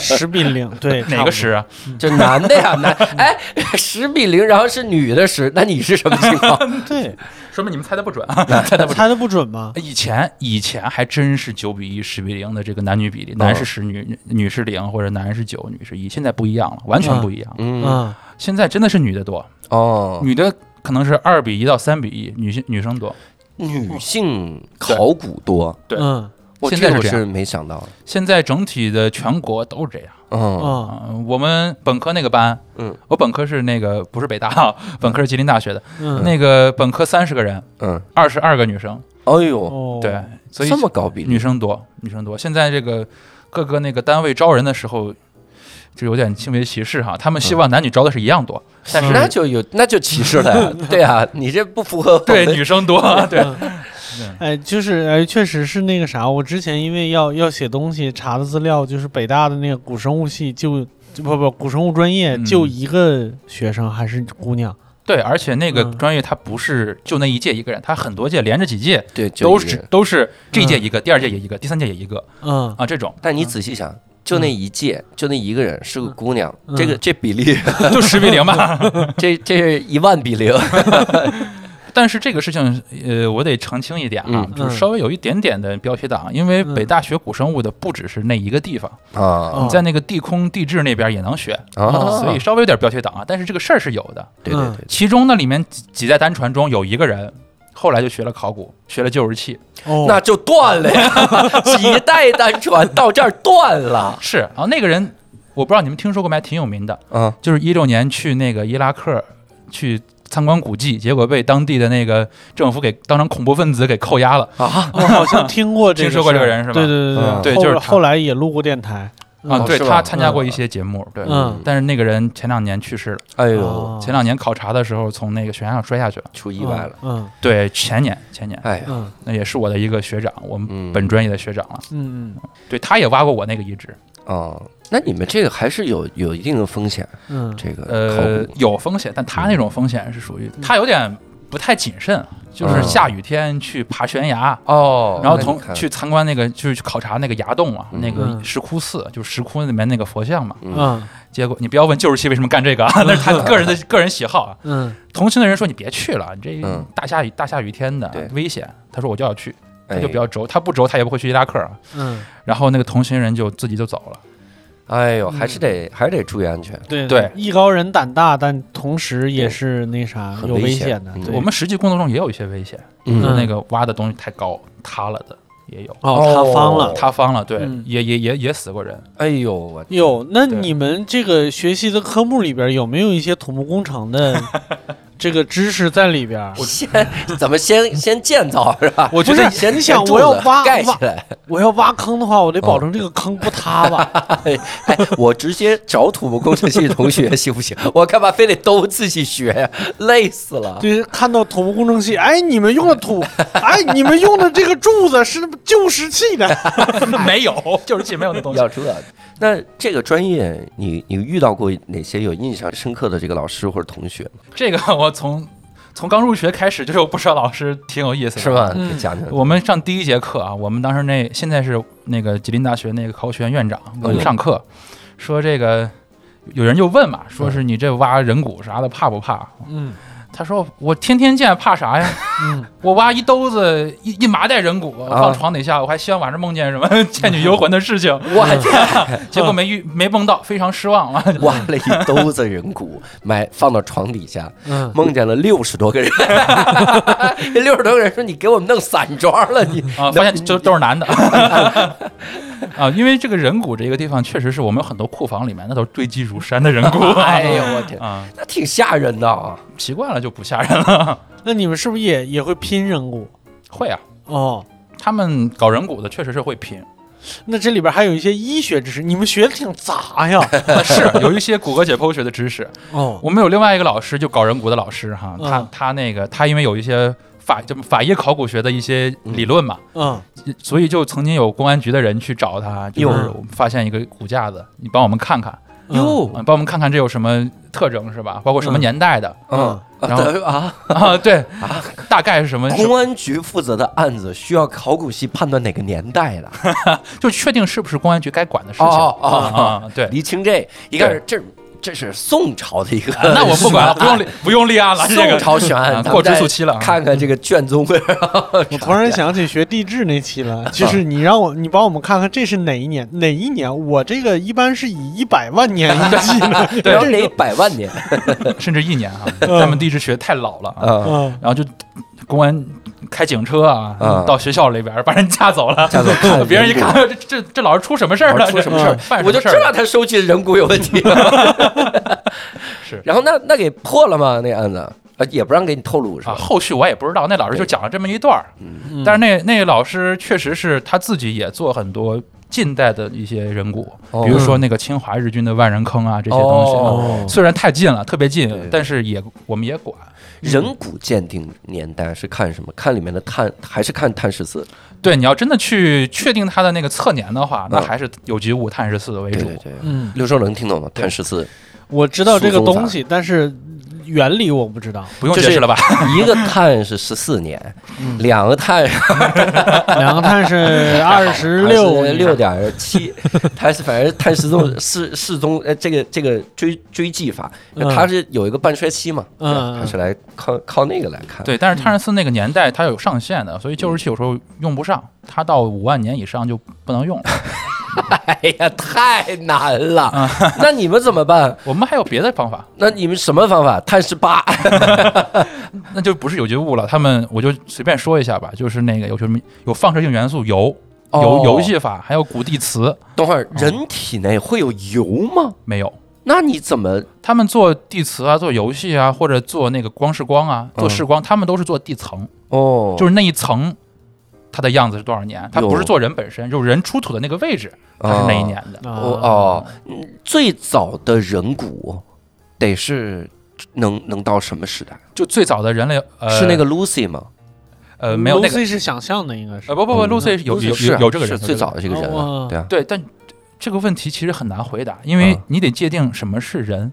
十比零，对，
哪个十啊？
就男的呀，男哎十比零，然后是女的十，那你是什么情况？
差不多？对，
说明你们猜的不准啊， 猜的不准。
猜的不准吗？
以前以前还真是九比一、十比零的这个男女比例，男是十，女女是零，或者男是九，女是一。现在不一样了，完全不一样了。
嗯
嗯
现在真的是女的多，
哦，
女的可能是二比一到三比一，女性女生多。
女性考古多，
对
嗯
我
现在
这
是
我
这样
是没想到的。
现在整体的全国都是这样
嗯
嗯
啊、我们本科那个班，
嗯，
我本科是那个不是北大啊，本科是吉林大学的，
嗯，
那个本科三十个人，
嗯，
二十二个女生，
哎呦，
哦，
对，所以
这么高比例
女，生多，女生多。现在这个各个那个单位招人的时候。就有点性别歧视哈，他们
嗯
希望男女招的是一样多，
哦
但是
那就有那就歧视了 呀。 对啊，你这不符合我
对
们
女生多，对，
哎，就是哎，确实是那个啥，我之前因为要要写东西查的资料，就是北大的那个古生物系就。就不不，古生物专业
嗯
就一个学生，还是姑娘，
对，而且那个
嗯
专业它不是就那一届一个人，它很多届连着几届，
对就
都
一
是
个嗯
都是这一届一个，第二届也一个，第三届也一个
嗯，
啊，这种
但你仔细想，就
嗯
那一届，就那一个人是个姑娘，
嗯
这个这比例，
就十比零吧。
这这是一万比 零。
但是这个事情，呃，我得澄清一点啊
嗯，
就是稍微有一点点的标题党，因为
嗯
北大学古生物的不只是那一个地方，
啊
哦
你在那个地空地质那边也能学，
啊！
所以稍微有点标题党啊。但是这个事儿是有的，
对对
嗯
对，
其中那里面几几代单传中有一个人。后来就学了考古，学了旧石器，
哦，
那就断了呀， 几代单传到这儿断了
是啊，那个人我不知道你们听说过没，还挺有名的，
啊！
就是一六年去那个伊拉克去参观古迹，结果被当地的那个政府给当成恐怖分子给扣押了
啊
我好像听过这个事儿，
听说过这个人是吧
对对对
嗯
对
后
就是他
后来也录过电台
啊！
哦
对
是
他
吧
参加过一些节目，对，
嗯
但是那个人前两年去世了，
哎呦，
哦
前两年考察的时候从那个悬崖上摔下去了。
出意外了！，
嗯
对，前年前年，
哎呀，
嗯
那也是我的一个学长，我
嗯
们本专业的学长了。
嗯
对，他也挖过我那个遗址，
哦，那你们这个还是有有一定的风险，
嗯
这个
呃
考古，
有风险，但他那种风险是属于他有点不太谨慎，啊就是
嗯
下雨天去爬悬崖，
哦
然后
同
同去参观那个，就是去考察那个崖洞啊，
嗯
那个
嗯
石窟寺，就是石窟里面那个佛像嘛。
嗯
结果你不要问旧石器为什么干这个
嗯
啊，那是他个人的 个人喜好啊。
嗯
同行的人说你别去了，你这
嗯
大下雨大下雨天
对
的危险。他说我就要去，他
哎
就比较轴，他不轴他也不会去伊拉克啊。
嗯，
然后那个同行人就自己就走了。
哎
嗯
呦，还是得还是得注意安全。
对
对
艺高人胆大，但同时也是那啥
很
有
危
危
险
险的
嗯。
对
我们实际工作中也有一些危险，就
嗯
那个挖的东西太高塌了的，也有，
哦，塌方了。
塌方了，对，
嗯
也也也也死过人。
哎呦我
有，那
对
你们这个学习的科目里边有没有一些土木工程 的这个知识在里边？
先 怎么先先建造是吧？
我觉得
不是先
你想
先柱
我要
子
挖
盖起
挖
来，
我要挖坑的话，我得保证这个坑不塌 吧？
哎，我直接找土木工程系同学 行不行？我干嘛非得都自己学呀？累死了！
就是看到土木工程系，哎，你们用的 土，哎，你们用的这个柱子是旧石器的，
没有，就是既没有那东西
要。这，那这个专业你你遇到过哪些有印象深刻的这个老师或者同学吗
这个我从从刚入学开始就有不少老师挺有意思的，
是吗？
嗯
给讲讲。
我们上第一节课啊，我们当时那现在是那个吉林大学那个考学院院长
嗯
给我们上课，说这个有人就问嘛，说
嗯
是你这挖人骨啥的怕不怕？
嗯
他说我天天见，怕啥 呀？
嗯，
我挖一兜子一一麻袋人骨，我
啊
放床底下，我还希望晚上梦见什么 倩女幽魂的事情，
我天，
结果没遇没梦到，非常失望了。
挖了一兜子人骨，埋放到床底下，
嗯，
梦见了六十多个人。 这六十多个人说：“你给我们弄散装了， 你
啊，发现就都是男的 啊，因为这个人骨这个地方确实是我们很多库房里面那都是堆积如山的人 骨，
哎呦我天，
啊，
那挺吓人的啊！
习惯了就不吓人了。
那你们是不是也也会拼人骨？
会啊，
哦，
他们搞人骨的确实是会拼，
那这里边还有一些医学知识，你们学的挺杂呀。
啊是有一些骨骼解剖学的知识。
哦，
我们有另外一个老师，就搞人骨的老师哈，
嗯
他他那个他因为有一些法就法医考古学的一些理论嘛，
嗯，
所以就曾经有公安局的人去找他，就是
哟
发现一个骨架子，你帮我们看看，
哟，
嗯，帮我们看看这有什么特征是吧？包括什么
哦嗯
年代的
嗯
嗯，
然后
啊啊，
啊？对，大概是什么？
公安局负责的案子需要考古系判断哪个年代的？
就确定是不是公安局该管的事情
哦哦
啊？ 对，
厘清这一看，这这是宋朝的一个，
啊那我不管 了，不用立不用立案了，这
宋
个
朝悬
啊
案，
过追溯期了啊
看看这个卷 宗。 我
我突然想起学地质那期 了，就是你让我，你帮我们看看这是哪一年，哪一年？我这个一般是以一百万年一计 的，
对
这得百万年
甚至一年啊，
嗯
咱们地质学太老了 啊，
啊！
嗯，
然后就公安开警车啊
嗯，
到学校里边儿把人架走了，
架走看
别人一
人
看这这这老师出什么事儿
老
了？
师出什么事儿
这办什
我
么
就
事
知
儿
道
了？
他收集的人骨有问题。
是
然后那那给破了吗？那案子啊，也不让给你透露是
啊，
吧？嗯
后续我也不知道，那老师就讲了这么一段儿，但是那那个老师确实是他自己也做很多近代的一些人骨，
哦
比如说那个侵华日军的万人坑啊这些东西啊，
哦
虽然太近了，特别
对
近，但是也我们也管。
人骨鉴定年代是看什么？看里面的碳，还是看碳十四？
对，你要真的去确定它的那个测年的话，那
嗯
还是有机物碳十四为主。
对。
嗯，
刘说能听懂吗？碳十四，
我知道这个东西，但是原理我不知道。
不用
就是嗯
解释了吧？
一个碳是十四年，
嗯
两个碳
两个碳是二十六
六六点 七，它是反正碳十四适适中呃这个这个追追记法，
嗯
它是有一个半衰期嘛，
嗯
对它是来靠靠那个来看。
对，但是碳十四那个年代它有上限的，所以旧石器有时候用不上，它到五万年以上就不能用 了。
哎呀，太难了， 那你们怎么办？
我们还有别的方法，
那你们什么方法？碳十八，
那就不是有机物了。他们我就随便说一下吧，就是那个有什么有放射性元素铀，
哦
有铀系法，还有古地磁
等会儿人体内会有油吗？
没有。
那你怎么
他们做地磁啊，做游戏啊，或者做那个光视光啊，做视光，他们都是做地层，
嗯哦？
就是那一层，它的样子是多少年？它不
哟
是做人本身，就是人出土的那个位置，它是那一年的。
啊
哦哦，嗯最早的人骨得是能能到什么时代？
就最早的人类，呃，
是那个 Lucy 吗？
呃，没有那个，
Lucy 是想象的，应该是
呃，不不不
嗯
，Lucy 有有
是啊
有有这个人
是最早
的。
的这个人啊
哦，
对啊。
对，但这个问题其实很难回答，因为
啊
你得界定什么是人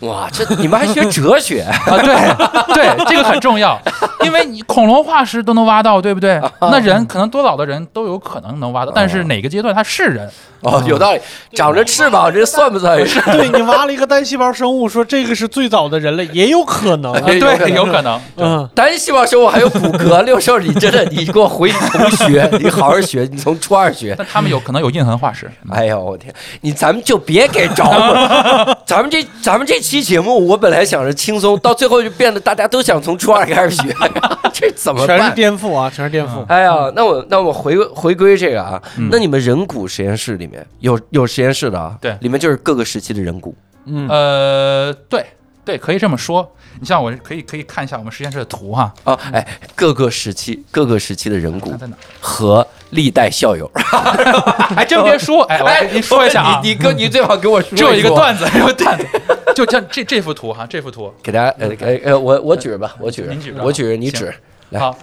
哇，这你们还学哲学？
啊。对对，这个很重要，因为你恐龙化石都能挖到，对不对？那人可能多老的人都有可能能挖到，但是哪个阶段他是人？
哦，有道理。长着翅膀，这算不算是？
对你挖了一个单细胞生物，说这个是最早的人类，也有哎可能。
啊， 对，
有
有可能。
嗯，
单细胞生物还有骨骼，六兽，你真的，你给我回重学，你好好学，你从初二学。
但他们有可能有印痕化石。
哎哎呀，我天！你咱们就别给着了，咱们这咱们这期节目我本来想着轻松，到最后就变得大家都想从初二开始学， 这怎么
全是
办？
颠覆啊，全是颠覆。
哎呀，那我那我回回归这个啊，
嗯
那你们人骨实验室里面有有实验室的啊，
对
里面就是各个时期的人骨，
嗯，
呃，对对，可以这么说。你像我可以可以看一下我们实验室的图哈，
啊，哎，各个时期各个时期的人骨
看在哪？
和历代校友，
还真别说，哎，我跟您说一下啊，
你你跟你最好给我说
只有一个
说，
段子，只有段子，就像这这幅图哈，这幅图，
给大家呃呃呃，我我举着吧，我举着
您举着，啊
我举着，你
行
指，来
好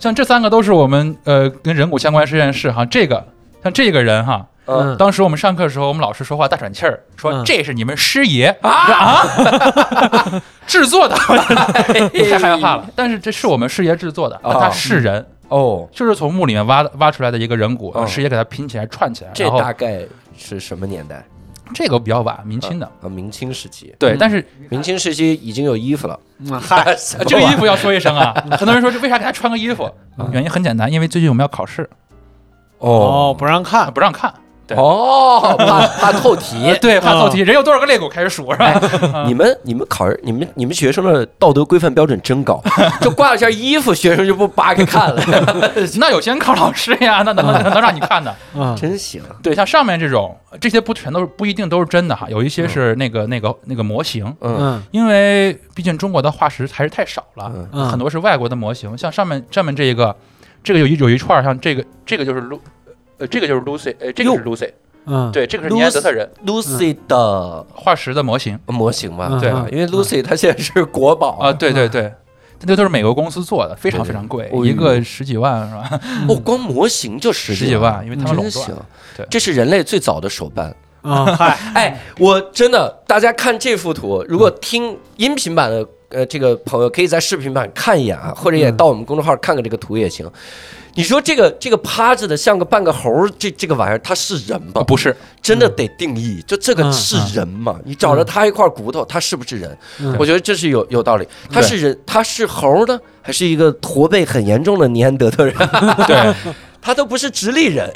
像这三个都是我们呃跟人骨相关实验室哈，这个像这个人哈，
嗯
嗯
当时我们上课的时候，我们老师说话大喘气儿，说
嗯
这是你们师爷啊制作的，太害怕了。但是这是我们师爷制作的，
啊
他是人，
哦，
就是从墓里面挖挖出来的一个人骨
嗯，
师爷给它拼起来串起来。
这
然后
大概是什么年代？
这个比较晚，明清的。嗯
啊，明清时期，嗯
对，但是
明清时期已经有衣服了，
嗯嗨，
这个衣服要说一声啊，很多人说这为啥给他穿个衣服？原因很简单，因为最近我们要考试，
哦，
哦
不让
啊
看，
不让看。对嗯
哦，怕 怕透题。
对，怕错题，人有多少个肋骨开始数是吧？
你们你们考你们你们学生的道德规范标准真高， 就挂了件衣服，学生就不扒开看了，
那有监考老师呀，那能能能让你看的？
嗯，
真行。
对，像上面这种，这些不全都是不一定都是真的哈，有一些是那个、那个那个模型，
嗯
嗯
因为毕竟中国的化石还是太少了，
嗯
嗯，
很多是外国的模型，像上面上面这一个，这个有一有一串儿，像这个这个就是 Lu，呃，这个就是 Lucy，呃，这个是 Lucy，
嗯，
对，这个是尼安德特人
，Lucy 的
化石的模型
模型嘛，
嗯
对吧？啊因
嗯
为 Lucy 她现在是国宝
啊、，对对对。这都是美国公司做的，非常
哦对对
非常贵，
哦呦
一个十几万是吧？
哦，光模型就十
嗯十几万，因为他们垄
真
断
行。
对嗯
这是人类最早的手办。
啊嗨，
哎，我真的，大家看这幅图，如果听音频版的呃这个朋友，可以在视频版看一眼啊，或者也到我们公众号看看这个图也
嗯
行。你说这个这个趴着的像个半个猴儿，这这个玩意儿它是人吗？
哦 不是，
真的得定义，就这个
嗯
是人吗？你找着他一块骨头，他是不是人？
嗯
我觉得这是有有道理。他是人，他是猴儿呢，还是一个驼背很严重的尼安德特人？
对，
他都不是直立 人，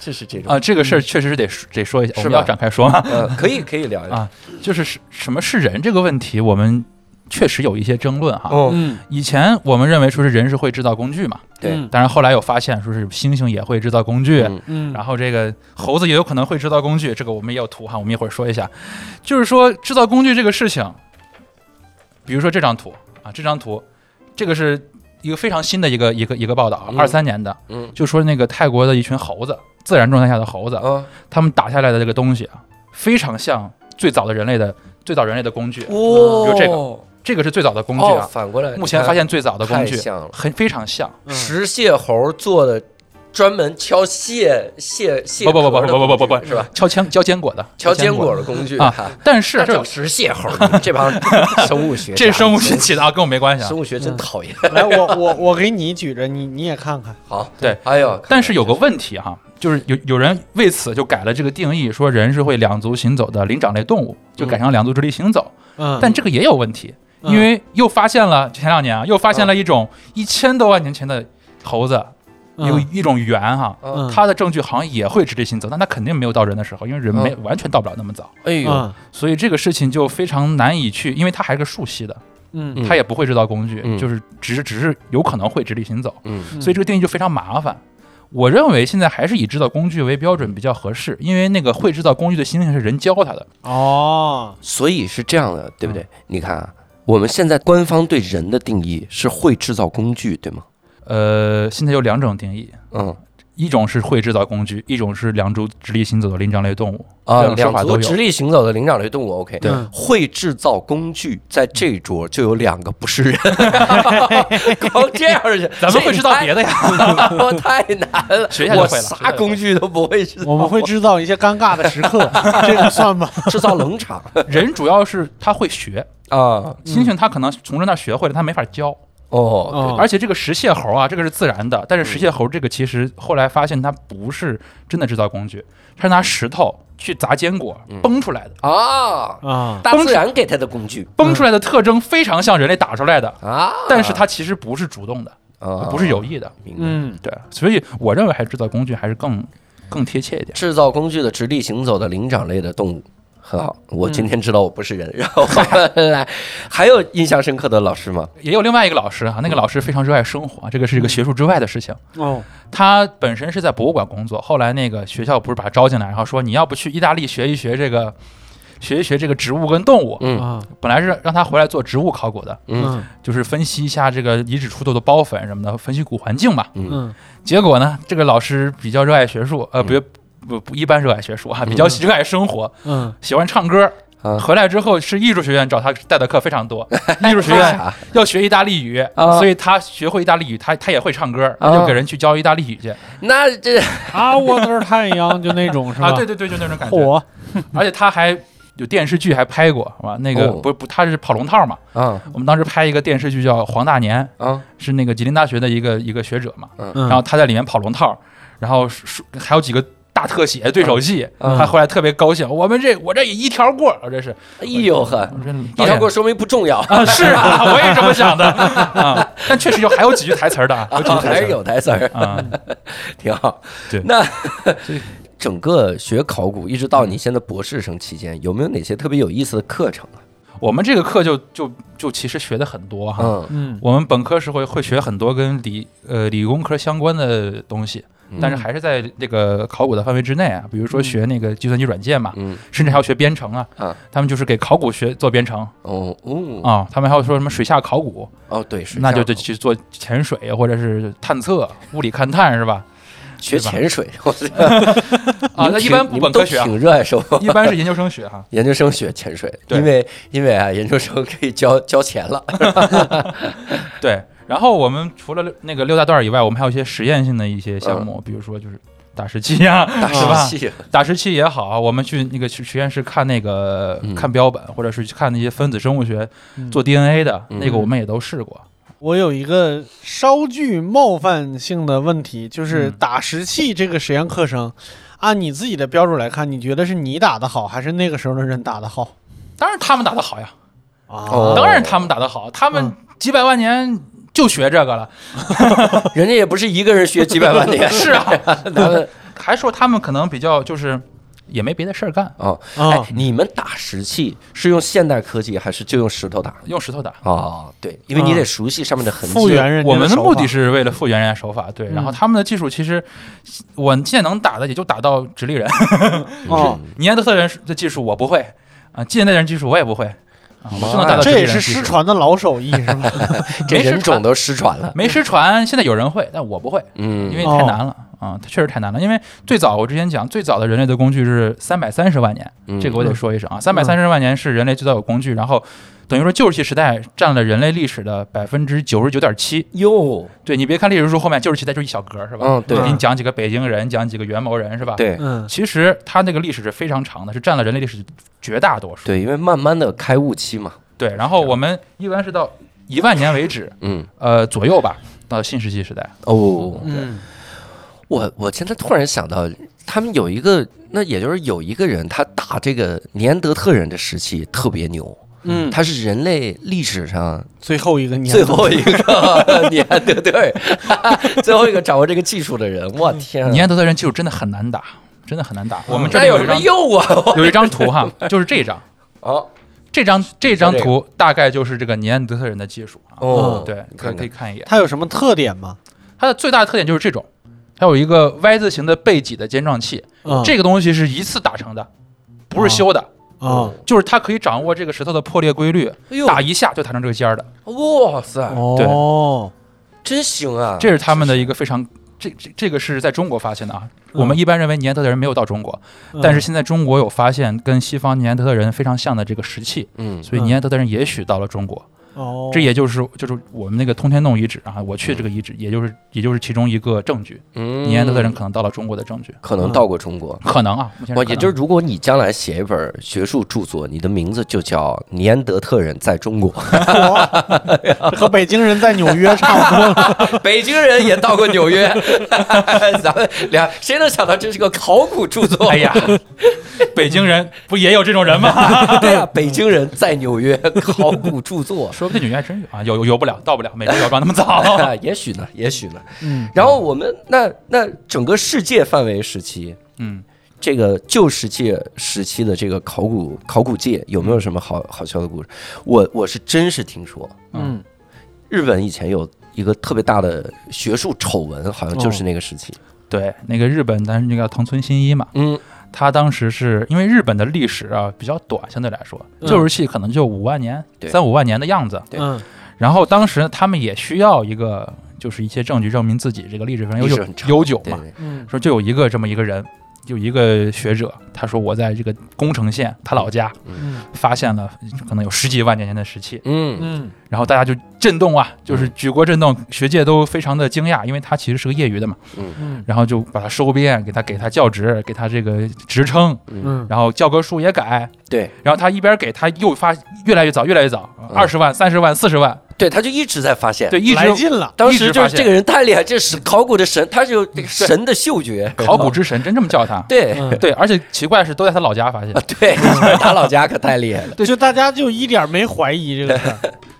这是这种。
啊，这个事儿确实是得说得说一下，我
是
们
吧
要展开说吗？
呃，可以可以聊一聊。
啊就是是什么是人这个问题，我们确实有一些争论哈。
哦，
嗯
以前我们认为说是人是会制造工具嘛，
对，
嗯
当然后来有发现说是猩猩也会制造工具，
嗯
嗯，
然后这个猴子也有可能会制造工具，这个我们也有图哈，我们一会儿说一下。就是说制造工具这个事情，比如说这张图啊，这张图，这个是一个非常新的一个一个一个报道，
嗯
二三年的，
嗯
就说那个泰国的一群猴子，自然状态下的猴子，
啊，
他们打下来的这个东西啊，非常像最早的人类的最早人类的工具，
哇，
嗯有这个这个是最早的工具
哦，
啊，
反过来，
目前发现最早的工具嗯
太像了，
很非常像。
石蟹猴做的专门敲蟹蟹蟹
不不不不
壳的
不不不不
工
不
具是吧？
敲坚敲坚果的，
敲坚果的工具
啊，但是
那
这
叫石蟹猴， 你们这 帮生物学家，
这生物学起的啊，跟我没关系啊
生。物学真讨厌。
来，我我我给你举着，你你也看看，
好，
对，
哎呦，
但是有个问题哈、就是有有人为此就改了这个定义，说人是会两足行走的灵长类动物，
嗯
就改成两足直立行走。
嗯，
但这个也有问题，
嗯
因为又发现了前两年啊，又发现了一种一千多万年前的猴子，
嗯
有一种猿哈、
嗯，
它的证据好像也会直立行走，但它肯定没有到人的时候，因为人没、
嗯
完全到不了那么早，
哎呦，
嗯
所以这个事情就非常难以去，因为它还是个树系的，
嗯
嗯
它也不会制造工具，
嗯
就是只是只是有可能会直立行走，
嗯
所以这个定义就非常麻烦。我认为现在还是以制造工具为标准比较合适，因为那个会制造工具的猩猩是人教它的，
哦，
所以是这样的，对不对？你看啊，我们现在官方对人的定义是会制造工具，对吗？
呃，现在有两种定义。
嗯
一种是会制造工具，一种是两足直立行走的灵长类动物
啊，
这种说
两
法
足
都有
直立行走的灵长类动物，OK，
对
嗯
会制造工具，在这一桌就有两个不是人， 光这样就
咱们会制造别的呀，
我太难了，
学一下就
我
会了
啥工具都不会制造，
我们会制造一些尴尬的时 刻，这个算吧？
制造冷场
人主要是他会学，
啊，
猩猩他可能从人那儿学会了，他没法教。
哦，
哦，
而且这个石蟹猴啊，这个是自然的，但是石蟹猴这个其实后来发现它不是真的制造工具，它是拿石头去砸坚果崩出来的，
啊，
啊，
大自然给他的工具
崩出来的特征非常像人类打出来的，
啊，
但是它其实不是主动的，
啊
不是有意的。
明白
嗯
对，所以我认为还是制造工具还是更更贴切一点。
制造工具的直立行走的灵长类的动物很好，我今天知道我不是人。然后来，还有印象深刻的老师吗？
也有另外一个老师啊，那个老师非常热爱生活，啊这个是一个学术之外的事情。
哦，
他本身是在博物馆工作，后来那个学校不是把他招进来，然后说你要不去意大利学一学这个，学一学这个植物跟动物。
嗯
啊，
本来是让他回来做植物考古的，
嗯
就是分析一下这个遗址出土的包粉什么的，分析古环境嘛。
嗯
结果呢，这个老师比较热爱学术，呃，
嗯
不不不一般热爱学术啊，比较热爱生活，
嗯
喜欢唱歌。
啊
回来之后是艺术学院找他带的课非 常多，艺术学院
啊
要学意大利语，
啊
所以他学会意大利语，他他也会唱歌，
啊
他就给人去教意大利语去啊
那这
啊，我的太阳就那种是吧？
对对对，就那种感觉。
火
而且他还有电视剧还拍过，哇，那个
哦
不不，他是跑龙套嘛。
啊
我们当时拍一个电视剧叫《黄大年》，
啊
是那个吉林大学的一个一个学者嘛，
嗯
然后他在里面跑龙套，然后说还有几个大特写对手戏，
嗯
他回来特别高兴，我们这我这也一条过，我这是
哎呦哎呵，
我这
一条过说明不重要。
啊，是啊， 我也这么想的啊，但确实有还有几句台词儿的啊，有几句 台
还
词
是
儿
有台 词儿，
啊，
挺好。
对
那整个学考古一直到你现在博士生期间，有没有哪些特别有意思的课程啊？
我们这个课就就就其实学的很多哈。
嗯，
嗯
我们本科时候会学很多跟理呃理工科相关的东西，
嗯
但是还是在这个考古的范围之内啊，比如说学那个计算机软件嘛，
嗯，
甚至还要学编程啊。
啊
他们就是给考古学做编程啊、
哦哦
他们还要说什么水下考古，
哦，对，水
那就
下
得去做潜水或者是探测、物理勘探是吧？
学
对吧
潜水， 我这
啊，
你们
那一
挺
般不
你们
本科
都
学、啊，
挺热爱 生 活。
一般是研究生 学哈、
研究生学潜水，
对
因为因为啊，研究生可以交交钱了。
对，然后我们除了六那个六大段儿以外，我们还有一些实验性的一些项
嗯
目，比如说就是打石器啊，
大
是吧？
师系，
打石器也好，啊我们去那个去实验室看那个、
嗯
看标本，或者是去看那些分子生物学
嗯
做 DNA 的、
嗯
那个，我们也都试过。
我有一个稍具冒犯性的问题，就是
嗯
打石器这个实验课程，按你自己的标准来看，你觉得是你打的好，还是那个时候的人打的好
当然他们打得好呀，
哦
当然他们打得好，他们
嗯
几百万年就学这个了。
人家也不是一个人学几百万 年，
是 啊，
咱们
还说他们可能比较就是也没别的事儿干，
哦，哎
啊，，
你们打石器是用现代科技还是就用石头打？
用石头打。
哦，对，因为你得熟悉上面的痕
复
迹。
原人家
我们的
手法
目的是为了复原人家手法，对。
嗯
然后他们的技术其实，我现在能打的也就打到直 立人，
嗯
哦，
尼安德特人的技术我不会啊，近代人技术我也不会啊，我就能达到直
哦这
立
也
人
是
技术
失。传的老手艺是吗？
这
没失
人种
传
都失传了。
没失传，现在有人会，但我不会，
嗯，
因为
哦
太难了啊、它确实太难了。因为最早我之前讲，最早的人类的工具是三百三十万年，
嗯
这个我得说一声啊，三百三十万年是人类最早有工具，然后等于说旧石器时代占了人类历史的百分之九十九点七。
哟，
对你别看历史书后面旧石器时代就一小格儿是吧？
嗯对
给你讲几个北京人，讲几个元谋人是吧？，
对
嗯
其实它那个历史是非常长的，是占了人类历史绝大多数。
对，因为慢慢的开悟期嘛。
对，然后我们一般是到一万年为止，
嗯，
呃左右吧，到新石器时代。
哦，
嗯
我我现在突然想到，他们有一个，那也就是有一个人，他打这个尼安德特人的石器特别牛，
嗯，
他是人类历史上
最后一个年
最后一 个尼安德特人，最后一个掌握这个技术的人。我天啊，
尼安德特人技术真的很难打，真的很难打。我们这
那
里
有什
有一
么
张
用啊？
有一张图哈，就是这张，
哦
这张这张图大概就是这个尼安德特人的技术啊。
哦，
对，可以可以看一眼。
它有什么特点吗？
它的最大的特点就是这种，它有一个 Y 字形的背脊的尖状器，
嗯
这个东西是一次打成的，不是修的，
啊
就是它可以掌握这个石头的破裂规律，
哎呦，
打一下就打成这个尖儿的。
嗯哇塞，
哦，
真行啊！
嗯这是他们的一个非常。这这这个是在中国发现的啊，我们一般认为尼安德特人没有到中国，
嗯
但是现在中国有发现跟西方尼安德特人非常像的这个石器，
嗯
所以尼安德特人也许到了中国，
哦，
这也就是就是我们那个通天洞遗址啊，我去这个遗址，也就是也就是其中一个证据，
嗯，
尼安德特人可能到了中国的证据，
可能到过中国。
可能啊，目前
我
可能
也就是，如果你将来写一本学术著作，你的名字就叫《尼安德特人在中国》
我 和北京人在纽约差 不多了。，
北京人也到过纽约， 咱们俩谁能想到这是个考古著作？
哎呀，北京人不也有这种人吗？，
对呀、北京人在纽约 考古著作
说不定纽约还真有啊，有有游不了，到不了美洲摇装那么早，
啊也许呢，也许呢。
嗯
然后我们那那整个世界范围时期
嗯，
这个旧石器时期的这个考古考古界有没有什么好好笑的故事？我我是真是听说，
嗯，
日本以前有一个特别大的学术丑闻，好像就是那个时期。
对，那个日本，咱是那个藤村新一嘛，
嗯，
他当时是因为日本的历史啊比较短，相对来说，
嗯
旧石器可能就五万年、
对
三五万年的样子。
对
嗯
然后当时他们也需要一个，就是一些证据证明自己这个历史非常悠
历史
久
很长
悠久
对
嘛。
对
嗯
说就有一个这么一个人，有一个学者，他说我在这个宫城县他老家
嗯
发现了可能有十几万年前的石器，
嗯
嗯
然后大家就震动啊，就是举国震动，学界都非常的惊讶，因为他其实是个业余的嘛，
嗯
然后就把他收编，给他给他教职，给他这个职称，
嗯
然后教科书也改，
对
然后他一边给他又发越来越早，越来越早，
嗯
二十万、三十万、四十万，
对，他就一直在发现。
对，一
来
直
劲了，
当
一
时
直
就
发
是
现
这个人太厉害，这是考古的神，他是有这个神的嗅觉，
考古之神，真这么叫他。
对
嗯
对，而且奇怪的是都在他老家发现
啊，， 对，他老家可太厉害了。
对
就大家就一点没怀疑这个事 儿，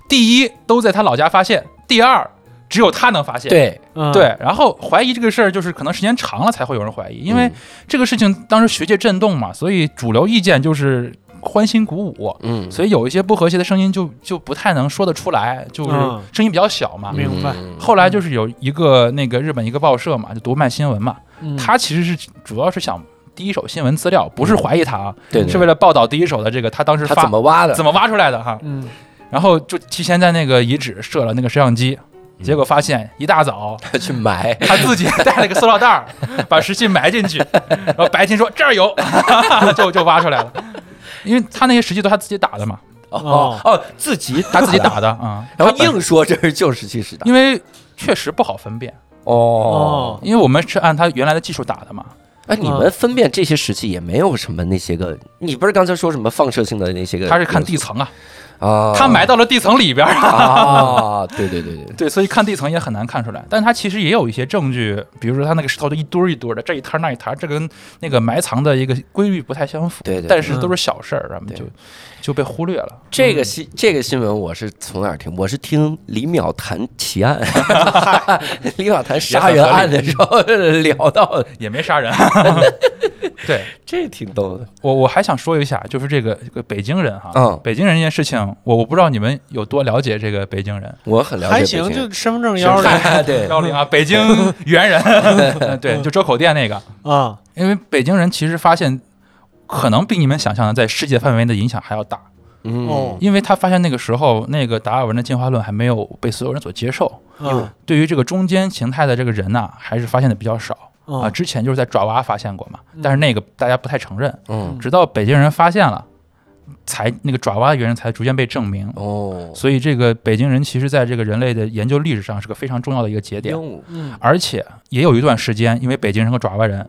第一都在他老家发现，第二只有他能发现。
对，
嗯
对，然后怀疑这个事儿，就是可能时间长了才会有人怀疑，因
嗯
为这个事情当时学界震动嘛，所以主流意见就是欢欣鼓舞，
嗯，
所以有一些不和谐的声音就就不太能说得出来，就是
嗯
声音比较小嘛。
嗯明白
嗯
后来就是有一个那个日本一个报社嘛，就读卖新闻嘛，
嗯
他其实是主要是想第一手新闻资料，不是怀疑他啊，
嗯对对
是为了报道第一手的这个他当时
他
发
怎么挖的？
怎么挖出来的哈，
嗯
然后就提前在那个遗址设了那个摄像机，
嗯
结果发现一大早
么 去埋？
他自己带了个塑 料袋儿，把石器埋进去，然后白天说这儿有， 就就挖出来了。因为他那些石器都他自己打的嘛，
哦哦，自 己
他自 己
打的，
打的啊、
然后
他本
硬说这是旧石器 时代。
因为确实不好分辨，
哦
哦，
因为我们是按他原来的技术打的嘛。
哎，你们分辨这些石器也没有什么那些个，你不是刚才说什么放射性的那些个？
他是看地层啊，
啊，
他埋到了地层里边儿。
啊，对对对对，
对，所以看地层也很难看出来，但他其实也有一些证据，比如说他那个石头就一堆儿一堆儿的，这一摊儿那一摊儿，这跟那个埋藏的一个规律不太相符。
对对对
但是都是小事儿，咱们
对
就就被忽略了。
这个新这个新闻我是从哪儿听？我是听李淼谈奇 案，李淼谈杀人案的时候 聊到的，
也没杀 人。 对
这挺逗的。
我我还想说一下，就是这个这个北京人哈，
嗯
北京人这件事情，我我不知道你们有多了解这个北京人。
我很了解
还
北京
行，
人，
就身份证幺零
嗨 对
幺零啊，北京 猿人， 对，就周口店那个，
啊，
因为北京人其实发现，可能比你们想象的在世界范围内的影响还要大，
嗯
哦，
因为他发现那个时候那个达尔文的进化论还没有被所有人所接受，
嗯
对于这个中间形态的这个人呐、还是发现的比较少啊。
哦
啊
之前就是在爪哇发现过嘛，但是那个大家不太承认，
嗯
直到北京人发现了，才那个爪哇猿才逐渐被证明。
哦，
所以这个北京人其实在这个人类的研究历史上是个非常重要的一个节点，
鹦鹉
嗯
而且也有一段时间，因为北京人和爪哇人，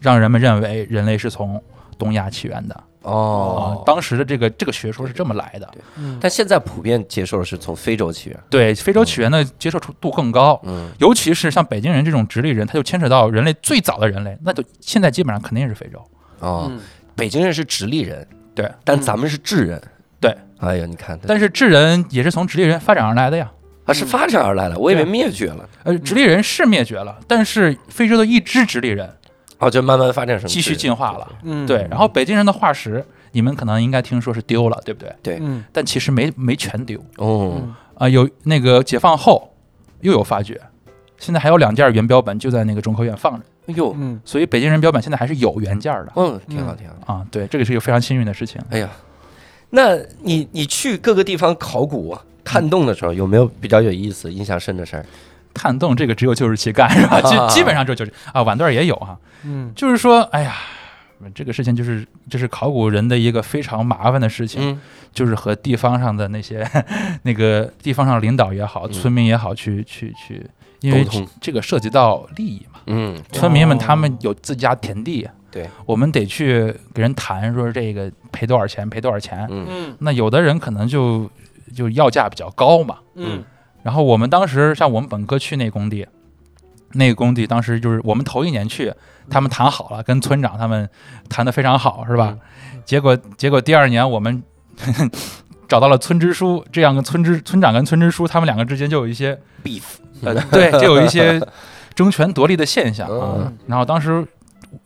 让人们认为人类是从东亚起源的啊、
哦，
当时的这个这个学说是这么来的，
嗯，
但现在普遍接受的是从非洲起源。
对非洲起源的接受度更高。
嗯
尤其是像北京人这种直立人，他就牵扯到人类最早的人类，那就现在基本上肯定是非洲。
哦，
嗯
北京人是直立人，
对，
但咱们是智人。
嗯对，
哎呀，你看，
但嗯是智人也是从直立人发展而来的呀。
啊是发展而来的，我以为灭绝了，
呃，直立人是灭绝了，但是非洲的一只直立人
哦，就慢慢发展成
继
智
续
人
进化了。
嗯
对，然后北京人的化石，你们可能应该听说是丢了，对不对？
嗯
但其实没没全丢
哦，
啊、有那个解放后又有发掘，现在还有两件原标本就在那个中科院放着，
哎呦，
嗯
所以北京人标本现在还是有原件的
嗯，挺好挺好。
啊。对，这个是一个非常幸运的事情。
哎呀，那你你去各个地方考古
嗯
探洞的时候，有没有比较有意思、印象深的事儿？
探洞这个只有旧石器干 是吧？
啊
基基本上这就是啊，晚段也有哈、
嗯
就是说，哎呀，这个事情就是就是考古人的一个非常麻烦的事情。
嗯，
就是和地方上的那些 那个地方上领导也好，村民也好去去去，因为
嗯沟通
这个涉及到利益嘛。
嗯，
村民们他们有自家田地，
对，
我们得去给人谈，说这个赔多少钱，赔多少钱。
嗯
嗯
那有的人可能就就要价比较高嘛。
嗯
然后我们当时像我们本科去那工地，那个工地当时就是我们头一年去，他们谈好了，跟村长他们谈得非常好，是吧？结果结果第二年我们 找到了村支书，这样跟村支村长跟村支书他们两个之间就有一些
beef，
呃，对，就有一些争权夺利的现象啊。
嗯
然后当时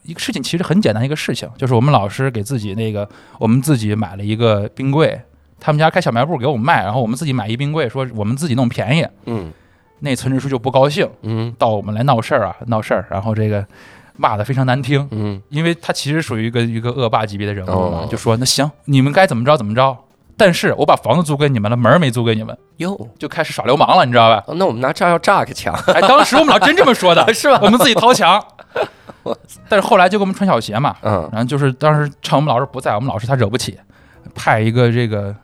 一个事情其实很简单，一个事情就是我们老师给自己那个，我们自己买了一个冰柜，他们家开小卖部给我们卖，然后我们自己买一冰柜，说我们自己弄便宜，
嗯
那村支书就不高兴，
嗯
到我们来闹事儿啊，闹事儿，然后这个骂的非常难听，
嗯，
因为他其实属于一个一个恶霸级别的人物嘛
哦，
就说那行，你们该怎么着怎么着，但是我把房子租给你们了，门儿没租给你们，
哟，
就开始耍流氓了，你知道吧？
那我们拿炸药炸啊个墙，，
哎，当时我们老真这么说 的
是吧
我们自己 掏墙，但是后来就给我们穿小鞋嘛，
嗯
然后就是当时趁我们老师不在，我们老师他惹不起，派一个这个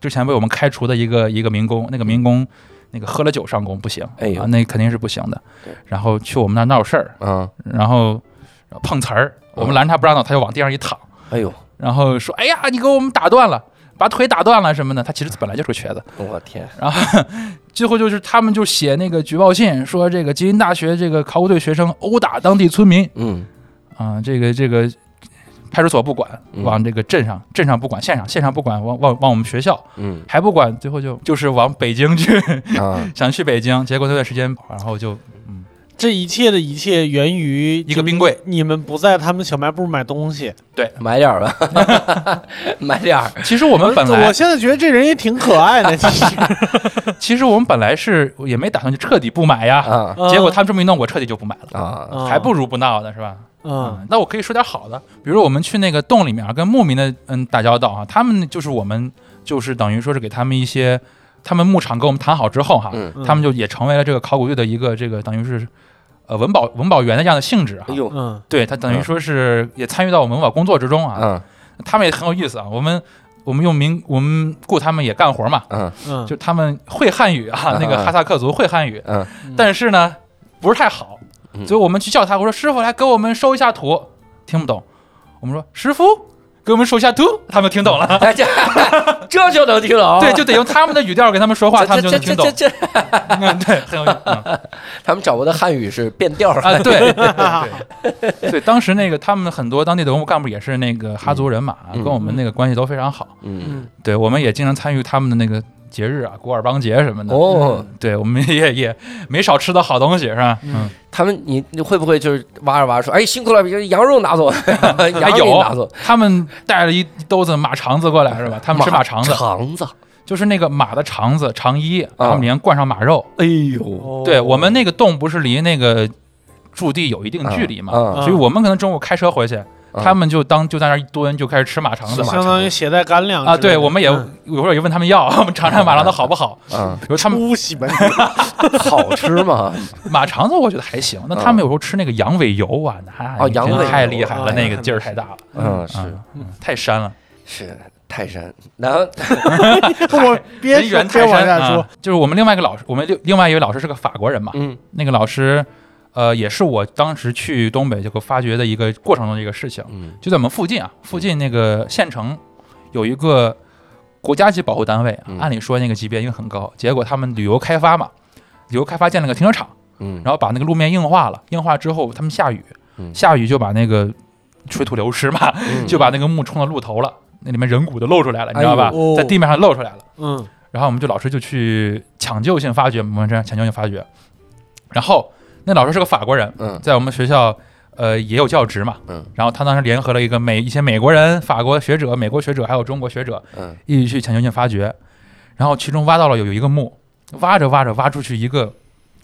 之前被我们开除的一个一个民工，那个民工那个喝了酒上工不行，
哎呦
啊，那肯定是不行的
对。
然后去我们那儿闹事儿，
嗯，
然后然后碰瓷儿，我们拦着他不让闹，他就往地上一躺，
哎呦，
然后说：“哎呀，你给我们打断了，把腿打断了什么的。”他其实本来就是个瘸子。
我天，
最后就是他们就写那个举报信，说这个吉林大学这个考古队学生殴打当地村民
嗯
啊、这个这个派出所不管，
嗯
往这个镇上，镇上不管，县上县上不管，往往往我们学校
嗯
还不管，最后就就是往北京去，
啊，
想去北京，结果那段时间，然后就
这一切的一切源于
一个冰柜，
你们不在他们小卖部买东西。
买点儿吧， 买点儿，
其实我们本
我
来
现在觉得这人也挺可爱的，其实。
其实我们本来是也没打算就彻底不买呀，
啊
结
嗯
果他们这么一弄，我彻底就不买了，
啊，
啊
还不如不闹呢，是吧？
嗯，
那我可以说点好的，比如我们去那个洞里面啊跟牧民的嗯打交道啊，他们就是我们就是等于说是给他们一些，他们牧场跟我们谈好之后哈，
嗯，
他们就也成为了这个考古队的一个这个等于是呃文保文保员的这样的性质啊
哎。呦，
嗯
对他等于
嗯
说是也参与到我们文保工作之中啊，
嗯
他们也很有意思啊。我们我们用民我们雇他们也干活嘛，
嗯
嗯，
就他们会汉语啊，那
嗯
个哈萨克族会汉语，
嗯，
但是呢不是太好，
嗯
所以我们去叫他，我说师傅来给我们收一下土，听不懂。我们说师傅给我们收一下土，他们听懂了。
哎这这就能听懂，啊
对，就得用他们的语调给他们说话，他
哦这
们
这
就
这
能听懂
这。这，这
嗯，对，很有意思、 嗯、
他们掌握的汉语是变调儿
啊，对对对 对。当时那个他们很多当地的文物干部也是那个哈族人马，
嗯
跟我们那个关系都非常好。
嗯，
嗯
对，我们也经常参与他们的那个节日啊，古尔邦节什么的。
哦，
对，我们也也没少吃到好东西，是吧？嗯，
他们你你会不会就是挖着挖着说，哎，辛苦了，羊肉 拿走，
还
羊肉给你拿
哎有
走，
他们带了一一兜子马肠子过来，是吧？他们吃马肠子，
肠子，
就是那个马的肠子、肠衣，他们里面灌上马肉。
哎 呦，
哦
对我们那个洞不是离那个驻地有一定距离嘛，
嘛
嗯
所以我们可能中午开车回去，他们就当就在那儿一蹲，就开始吃马肠子
是
嘛。
吗
相当于携带干粮
啊，
之类
对，
的
我们也
嗯
有时候也问他们要， 我们尝尝马肠子好不好？
啊，
比如他们
出息吧，
好吃吗？
马肠子，我觉得还行。那他们有时候吃那个羊尾油啊，那
哦羊尾油
太厉害了，
哎
那个劲儿太大了，
嗯，
嗯
是
嗯太膻了。
是泰山，然后
我别
人
说
猿
别
泰
往
山
下
啊
说，，
就是我们另外一个老师，我们另另外一位老师是个法国人嘛，
嗯
那个老师，呃，也是我当时去东北这个发掘的一个过程中的一个事情，
嗯
就在我们附近啊，附近那个县城有一个国家级保护单位啊
嗯，
按理说那个级别应该很高，结果他们旅游开发嘛，旅游开发建了个停车场，
嗯，
然后把那个路面硬化了，硬化之后他们下雨，
嗯
下雨就把那个水土流失嘛，
嗯
后
就把那个墓冲到路头了，那里面人骨都露出来了，你知道吧
哎
呦哦，
在地面上露出来了。
嗯
然后我们就老师就去抢救性发掘，我们这样抢救性发掘。然后那老师是个法国人，
嗯
在我们学校呃也有教职嘛，
嗯，
然后他当时联合了一个美一些美国人、法国学者、美国学者还有中国学者
嗯
一起去抢救性发掘，然后其中挖到了有有一个墓，挖着挖着挖出去一个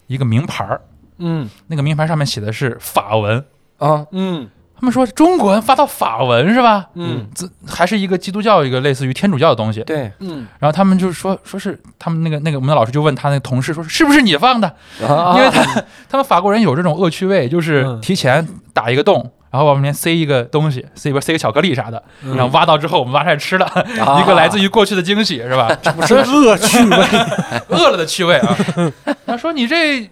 一个名牌儿，
嗯
那个名牌上面写的是法文，
啊
嗯
他们说中国人发到法文是吧？
嗯
这还是一个基督教一个类似于天主教的东西，
对
嗯，
然后他们就说说是他们那个那个我们的老师就问他那个同事说是不是你放的？
啊，
因为他他们法国人有这种恶趣味，就是
嗯
提前打一个洞。然后往里面塞一个东西，塞里边塞个巧克力啥的，
嗯
然后挖到之后我们挖出来吃了，
啊
一个来自于过去的惊喜是吧？
我真恶趣味，
饿了的趣味啊！他说你这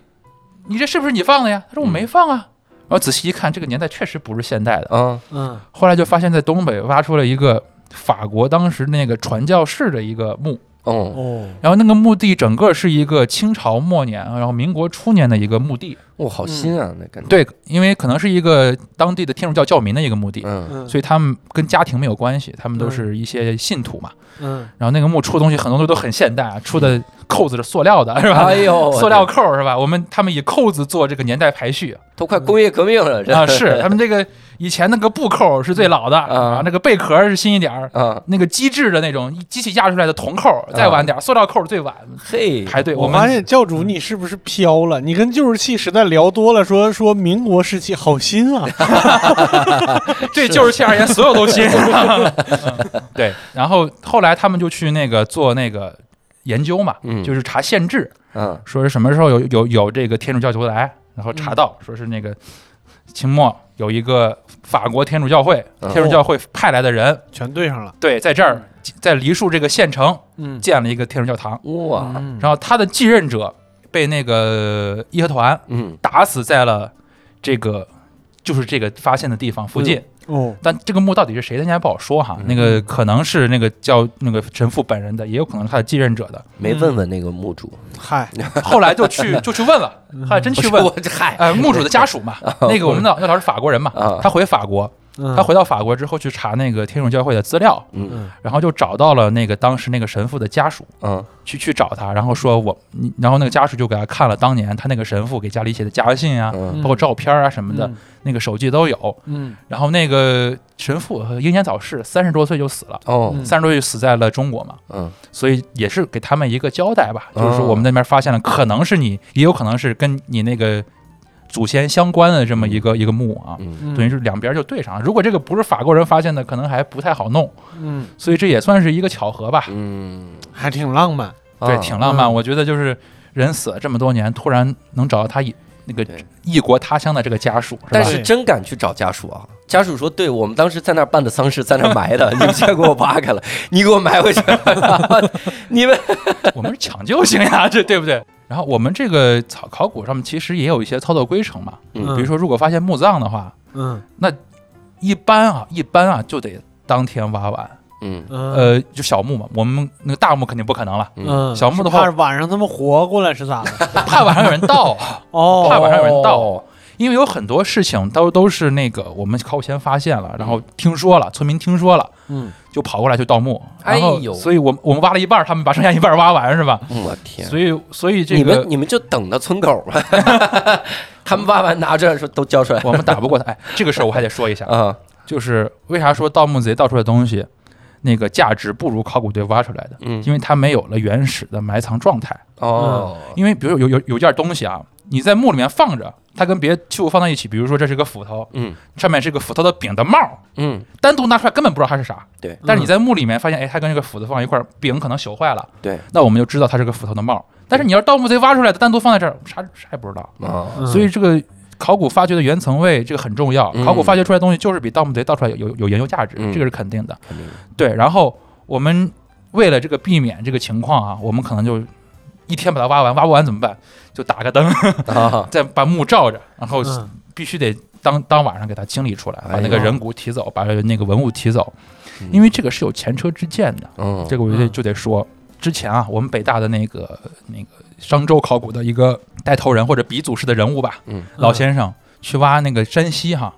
你这是不是你放的呀？他说我没放啊。然后仔细一看，这个年代确实不是现代的。
啊
嗯
后来就发现，在东北挖出了一个法国当时那个传教士的一个墓，
哦，
哦，
然后那个墓地整个是一个清朝末年，然后民国初年的一个墓地。
哇，好新啊，那感觉，
对，因为可能是一个当地的天主教教民的一个墓地，
嗯
嗯
所以他们跟家庭没有关系，他们都
嗯
是一些信徒嘛。
嗯
然后那个墓出的东西很多都都很现代啊，出的扣子是塑料的，是吧？
哎呦，
塑料扣是吧？我们他们以扣子做这个年代排序
都快工业革命了，这
啊，是他们这个以前那个布扣是最老的
啊
啊，那个贝壳是新一点儿，
啊，
那个机制的那种机器压出来的铜扣再晚点儿，塑料扣最晚
嘿，
排队。我
发
们
现教主你是不是飘了？你跟旧石器时代聊多了，说说民国时期好新 啊，
对就是器而言，所有都新。嗯 对，然后后来他们就去那个做那个研究嘛，
嗯
就是查县志，
嗯
说是什么时候有有有这个天主教球来，然后查到说是那个清末有一个法国天主教会，
嗯
天主教会派来的人，
全对上了。
对，在这儿在梨树这个县城
嗯，
建了一个天主教堂，
哇，
嗯
啊然后他的继任者被那个义和团
嗯
打死在了这个。就是这个发现的地方附近，
哦，
但这个墓到底是谁的，现在不好说哈
嗯。
那个可能是那个叫那个神父本人的，也有可能是他的继任者的。
没问问那个墓主，
嗨，
后来就去就去问了，后来真去问，
嗯我这嗨哦
呃，墓主的家 属嘛，那个我们的那老师法国人嘛
啊，
他回法国，他
他
回到法国之后去查那个天主教会的资料，
嗯
然后就找到了那个当时那个神父的家属，
嗯
去去找他，然后说我，你然后那个家属就给他看了当年他那个神父给家里写的家信啊，
嗯
包括照片啊什么的
嗯，
那个手记都有。
嗯
然后那个神父呃英年早逝，三十多岁就死了，
哦
嗯
三十多岁就死在了中国嘛，
嗯
所以也是给他们一个交代吧，就是说
哦
我们那边发现了，可能是你，也有可能是跟你那个祖先相关的这么一个、一个墓啊，
嗯
嗯
等于是两边就对上了。如果这个不是法国人发现的，可能还不太好弄，
嗯，
所以这也算是一个巧合吧。
嗯，
还挺浪漫。
对，
啊
挺浪漫。
嗯
我觉得就是人死了这么多年，突然能找到他异那个
对
异国他乡的这个家属，是吧
但是
对
真敢去找家属啊！家属说：“对我们当时在那儿办的丧事，在那儿埋 的，你们先给我挖开了，你给我埋回去， 你们
我们是抢救型呀，这对不对？然后我们这个考考古上面其实也有一些操作规程嘛，
嗯
比如说如果发现墓葬的话，
嗯
一般啊一般啊就得当天挖完。
嗯
嗯
呃，就小墓嘛，我们那个大墓肯定不可能了，
嗯，
小木的话
是怕晚上他们活过来是咋 的？
怕晚上有人盗，
哦，
怕晚上有人盗，因为有很多事情都都是那个我们考古先发现了，
嗯
然后听说了，村民听说了，
嗯
就跑过来就盗墓，
哎
然
呦
后所以我们我们挖了一半，他们把剩下一半挖完是吧？
我天！
所以所以这
哎你
个
们你们就等到村口吧， 他们挖完拿出来说都交出来
我们打不过他，哎，这个事儿我还得说一下，
啊，
就是为啥说盗墓贼盗出来的东西，那个价值不如考古队挖出来的，
嗯
因为它没有了原始的埋藏状态。
哦，
因为比如有有有件东西啊，你在墓里面放着，它跟别的器物放在一起，比如说这是个斧头，
嗯
上面是个斧头的柄的帽，
嗯，
单独拿出来根本不知道它是啥。
对
但是你在墓里面发现，哎，它跟这个斧子放一块儿，柄可能朽坏了，
对
那我们就知道它是个斧头的帽。但是你要是盗墓贼挖出来的，单独放在这儿，啥啥也不知道。
啊，
嗯
所以这个考古发掘的原层位这个很重要，
嗯
考古发掘出来的东西就是比盗墓贼盗出来有有有研究价值，
嗯
这个是肯定的。
肯定
对，然后我们为了这个避免这个情况啊，我们可能就一天把它挖完，挖不完怎么办？就打个灯，
啊，
再把墓罩着，然后
嗯
必须得当当晚上给它清理出来，把那个
哎呦
人骨提走，把那个文物提走
嗯，
因为这个是有前车之鉴的。
嗯，
这个我觉得
嗯
就得说，之前啊，我们北大的那个那个商周考古的一个带头人或者鼻祖式的人物吧，
嗯
老先生去挖那个山西哈，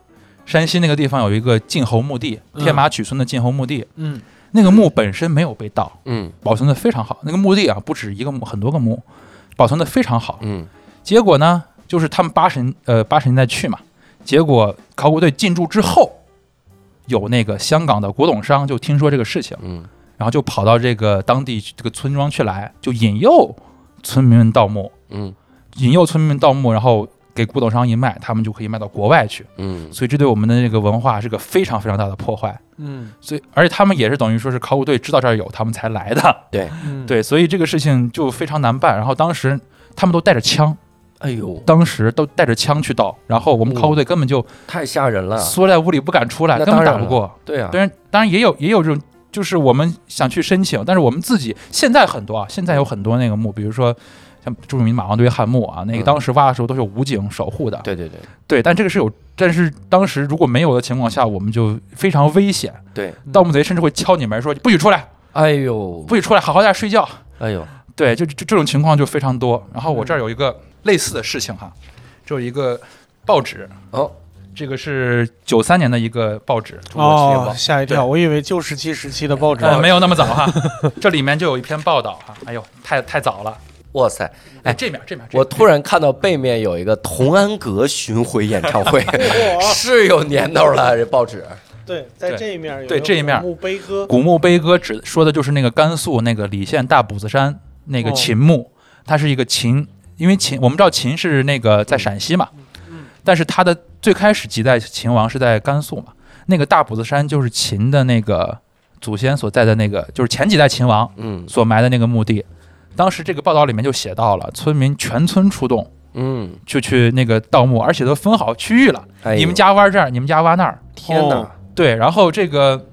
山西那个地方有一个晋侯墓地，
嗯
天马曲村的晋侯墓地，
嗯
那个墓本身没有被盗，
嗯
保存的非常好。那个墓地啊，不止一个墓，很多个墓，保存的非常好。
嗯
结果呢，就是他们八十年呃八十年代去嘛，结果考古队进驻之后，有那个香港的古董商就听说这个事情，
嗯
然后就跑到这个当地这个村庄去来，就引诱村民们盗墓，
嗯
引诱村民们盗墓，然后给古董商一卖，他们就可以卖到国外去。
嗯
所以这对我们的这个文化是个非常非常大的破坏。
嗯
所以，而且他们也是等于说是考古队知道这儿有，他们才来的。
嗯，
对，所以这个事情就非常难办。然后当时他们都带着枪，
哎呦，
当时都带着枪去盗，然后我们考古队根本就
太吓人了，
缩在屋里不敢出来，
嗯啊那
根
当
本打
然
不
了
过。
对啊，
当然，当然也有也有这种，就是我们想去申请，但是我们自己现在很多啊，现在有很多那个墓，比如说像著名马王堆汉墓啊，那个
嗯
当时挖的时候都是有武警守护的，
对啊对对
对，但这个是有，但是当时如果没有的情况下，我们就非常危险，
对，
盗墓贼甚至会敲你门说不许出来，
哎呦，
不许出来，好好在这儿睡觉。
哎呦，
对，就这这种情况就非常
嗯
多。然后我这儿有一个类似的事情哈，这有一个报纸，
哦，
这个是九三年的一个报纸，中国企业
哦
报，。
吓一跳，我以为旧石器时期的报纸。
呃，没有那么早哈，这里面就有一篇报道哈，哎呦，太太早了，
哇塞！哎
这面这面，这
我
面
突然看到背面有一个童安格巡回演唱 会，
呃
是有年头了，这报纸。
对，在这一面有
对
个
这一面
古墓碑歌，
古墓悲歌指说的就是那个甘肃那个礼县大补子山那个
哦
秦墓，它是一个秦，因为秦我们知道秦是那个在陕西嘛，
嗯
但是它的最开始几代秦王是在甘肃嘛，那个大补子山就是秦的那个祖先所在的那个，就是前几代秦王
嗯
所埋的那个墓地。当时这个报道里面就写到了，村民全村出动
嗯，
就去那个盗墓，而且都分好区域了，
哎呦
你们家挖这儿，你们家挖那儿，
天哪！
对，然后这个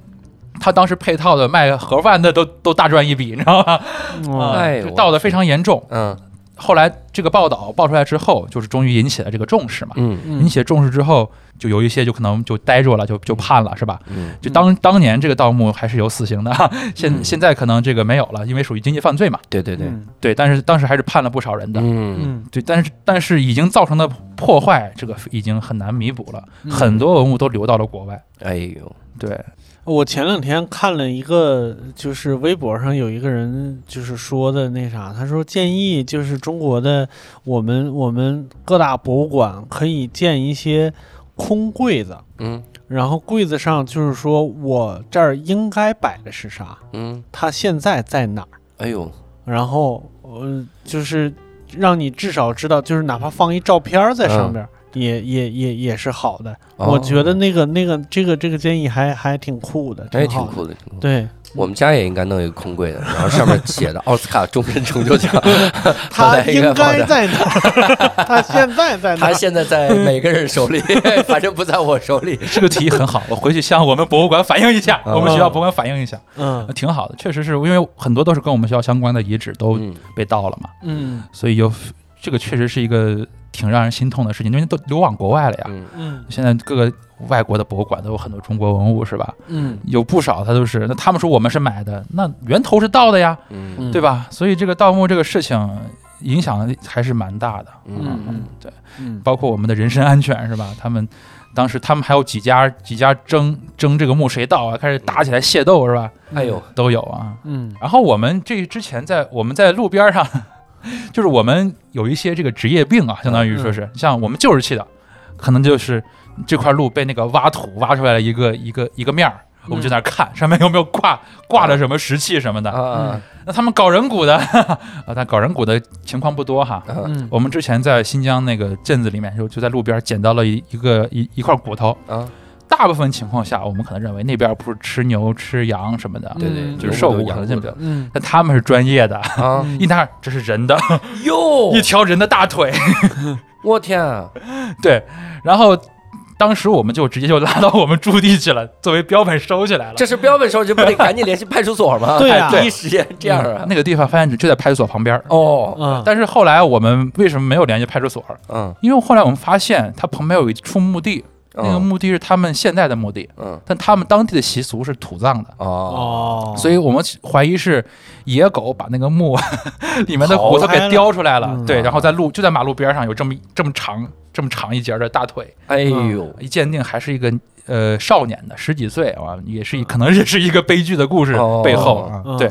他当时配套的卖盒饭的都都大赚一笔，你知道吗？
哦
哎呦
就盗的非常严重。
嗯
后来这个报道爆出来之后，就是终于引起了这个重视嘛。
嗯
嗯
引起了重视之后，就有一些就可能就呆住了，就就判了，是吧？
嗯，
就当当年这个盗墓还是有死刑的， 哈现现在可能这个没有了，因为属于经济犯罪嘛。
对对对，
嗯
对，但是当时还是判了不少人的。
嗯
嗯
对，但是但是已经造成的破坏，这个已经很难弥补了，
嗯
很多文物都流到了国外。
哎呦，
对，
我前两天看了一个，就是微博上有一个人就是说的那啥，他说建议就是中国的我们我们各大博物馆可以建一些空柜子，
嗯
然后柜子上就是说我这儿应该摆的是啥，
嗯，
它现在在哪儿，
哎呦，
然后呃就是让你至少知道，就是哪怕放一照片儿在上边儿。也也也也是好的，
嗯哦
我觉得那个那个这个这个建议还还挺酷的，
哎，
好
挺
的
酷的，挺酷的。
对
我们家也应该弄一个空柜的，然后上面写 的奥斯卡终身成就奖，放
他
在一
应
个放
该
着
在哪儿？ 他现在在哪
他
儿？
现在在每个人手 里，反正不在我手里。
这个提议很好，我回去向我们博物馆反映 一下，
嗯
我们学校博物馆反映一下，
嗯
挺好的。确实是因为很多都是跟我们学校相关的遗址都
嗯
被盗了嘛，
嗯
所以就这个确实是一个挺让人心痛的事情，因为都流往国外了呀。
嗯
嗯
现在各个外国的博物馆都有很多中国文物，是吧？
嗯，
有不少它都是，那他们说我们是买的，那源头是盗的呀，
嗯
嗯
对？吧？所以这个盗墓这个事情影响还是蛮大的。
嗯
嗯嗯，
对，
嗯
包括我们的人身安全是吧？他们当时他们还有几家几家争争这个墓谁盗啊，开始打起来械斗是吧？
哎呦，
都有啊。
嗯
然后我们这之前在我们在路边上， 就是我们有一些这个职业病
嗯
啊，相当于说是像我们旧时期的，可能就是这块路被那个挖土挖出来了一个一个一个面儿。我们就在那儿看上面有没有挂挂着什么石器什么的，
嗯
嗯
啊
那他们搞人骨的 啊，但搞人骨的情况不多哈，
啊
嗯
我们之前在新疆那个镇子里面，就就在路边捡到了一一个一一块骨头。
啊！
大部分情况下，我们可能认为那边不是吃牛吃羊什么的，
对对，
嗯
就是
瘦
兽骨可能见不了。
嗯
但他们是专业的，
啊！
一拿这是人的，
哦哟
一，条人的大腿。
我天啊！
对，然后当时我们就直接就拉到我们驻地去了，作为标本收起来了。
这是标本收集，不得赶紧联系派出所吗？
对啊
哎第一时间这样啊
嗯。那个地方发现就在派出所旁边。
哦，
嗯，
但是后来我们为什么没有联系派出所？
嗯
因为后来我们发现它旁边有一处墓地，那个
嗯
墓地是他们现在的墓地。
嗯
但他们当地的习俗是土葬的，
哦，
哦，
所以我们怀疑是野狗把那个墓 里面的骨
刨
头
开了
给叼出来了，
嗯
对，然后在路就在马路边上有这么一这么长这么长一截的大腿，
哎呦，
一鉴定还是一个呃少年的十几岁啊，也是一可能也是一个悲剧的故事
哦
背后啊，
嗯
对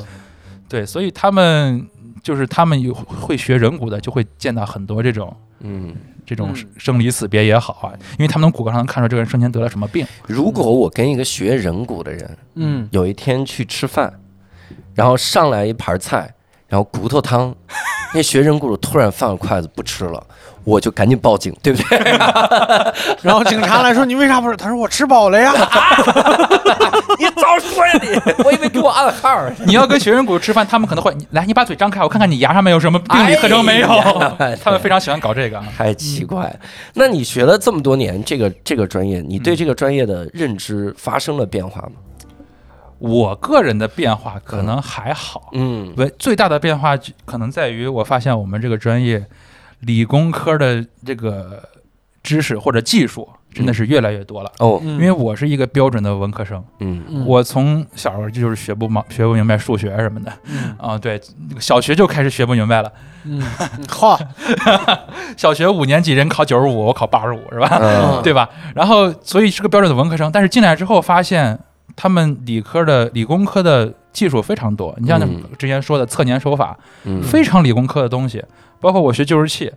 对，所以他们就是他们有会学人骨的，就会见到很多这种。
嗯，
这种
嗯
生离死别也好啊，因为他们从骨骼上能看出这个人生前得了什么病。
如果我跟一个学人骨的人，
嗯
有一天去吃饭，然后上来一盘菜，然后骨头 汤，那学人骨头突然放了筷子不吃了，我就赶紧报警，对不对？
然后警察来说你为啥不是？他说我吃饱了呀。
你早说呀你！ 我以为给我暗号儿。
你要跟学生骨吃饭，他们可能会来，你把嘴张开，我看看你牙上面有什么病理特征没有
哎呀。
他们非常喜欢搞这个啊。
太奇怪了。那你学了这么多年这个这个专业，你对这个专业的认知发生了变化吗？
我个人的变化可能还好，
嗯
唯最大的变化就可能在于我发现我们这个专业理工科的这个知识或者技术真的是越来越多了。
哦，
因
因为我是一个标准的文科生，
嗯，
我从小就是学不明学不明白数学什么的
嗯
啊，对，小学就开始学不明白了。
嗯，好，
小学五年级人考九十五，我考八十五是吧？
嗯
对吧？然后所以是个标准的文科生，但是进来之后发现他们理科的理工科的技术非常多。你像
嗯
之前说的测年手法，
嗯，
非常理工科的东西，包括我学计时器，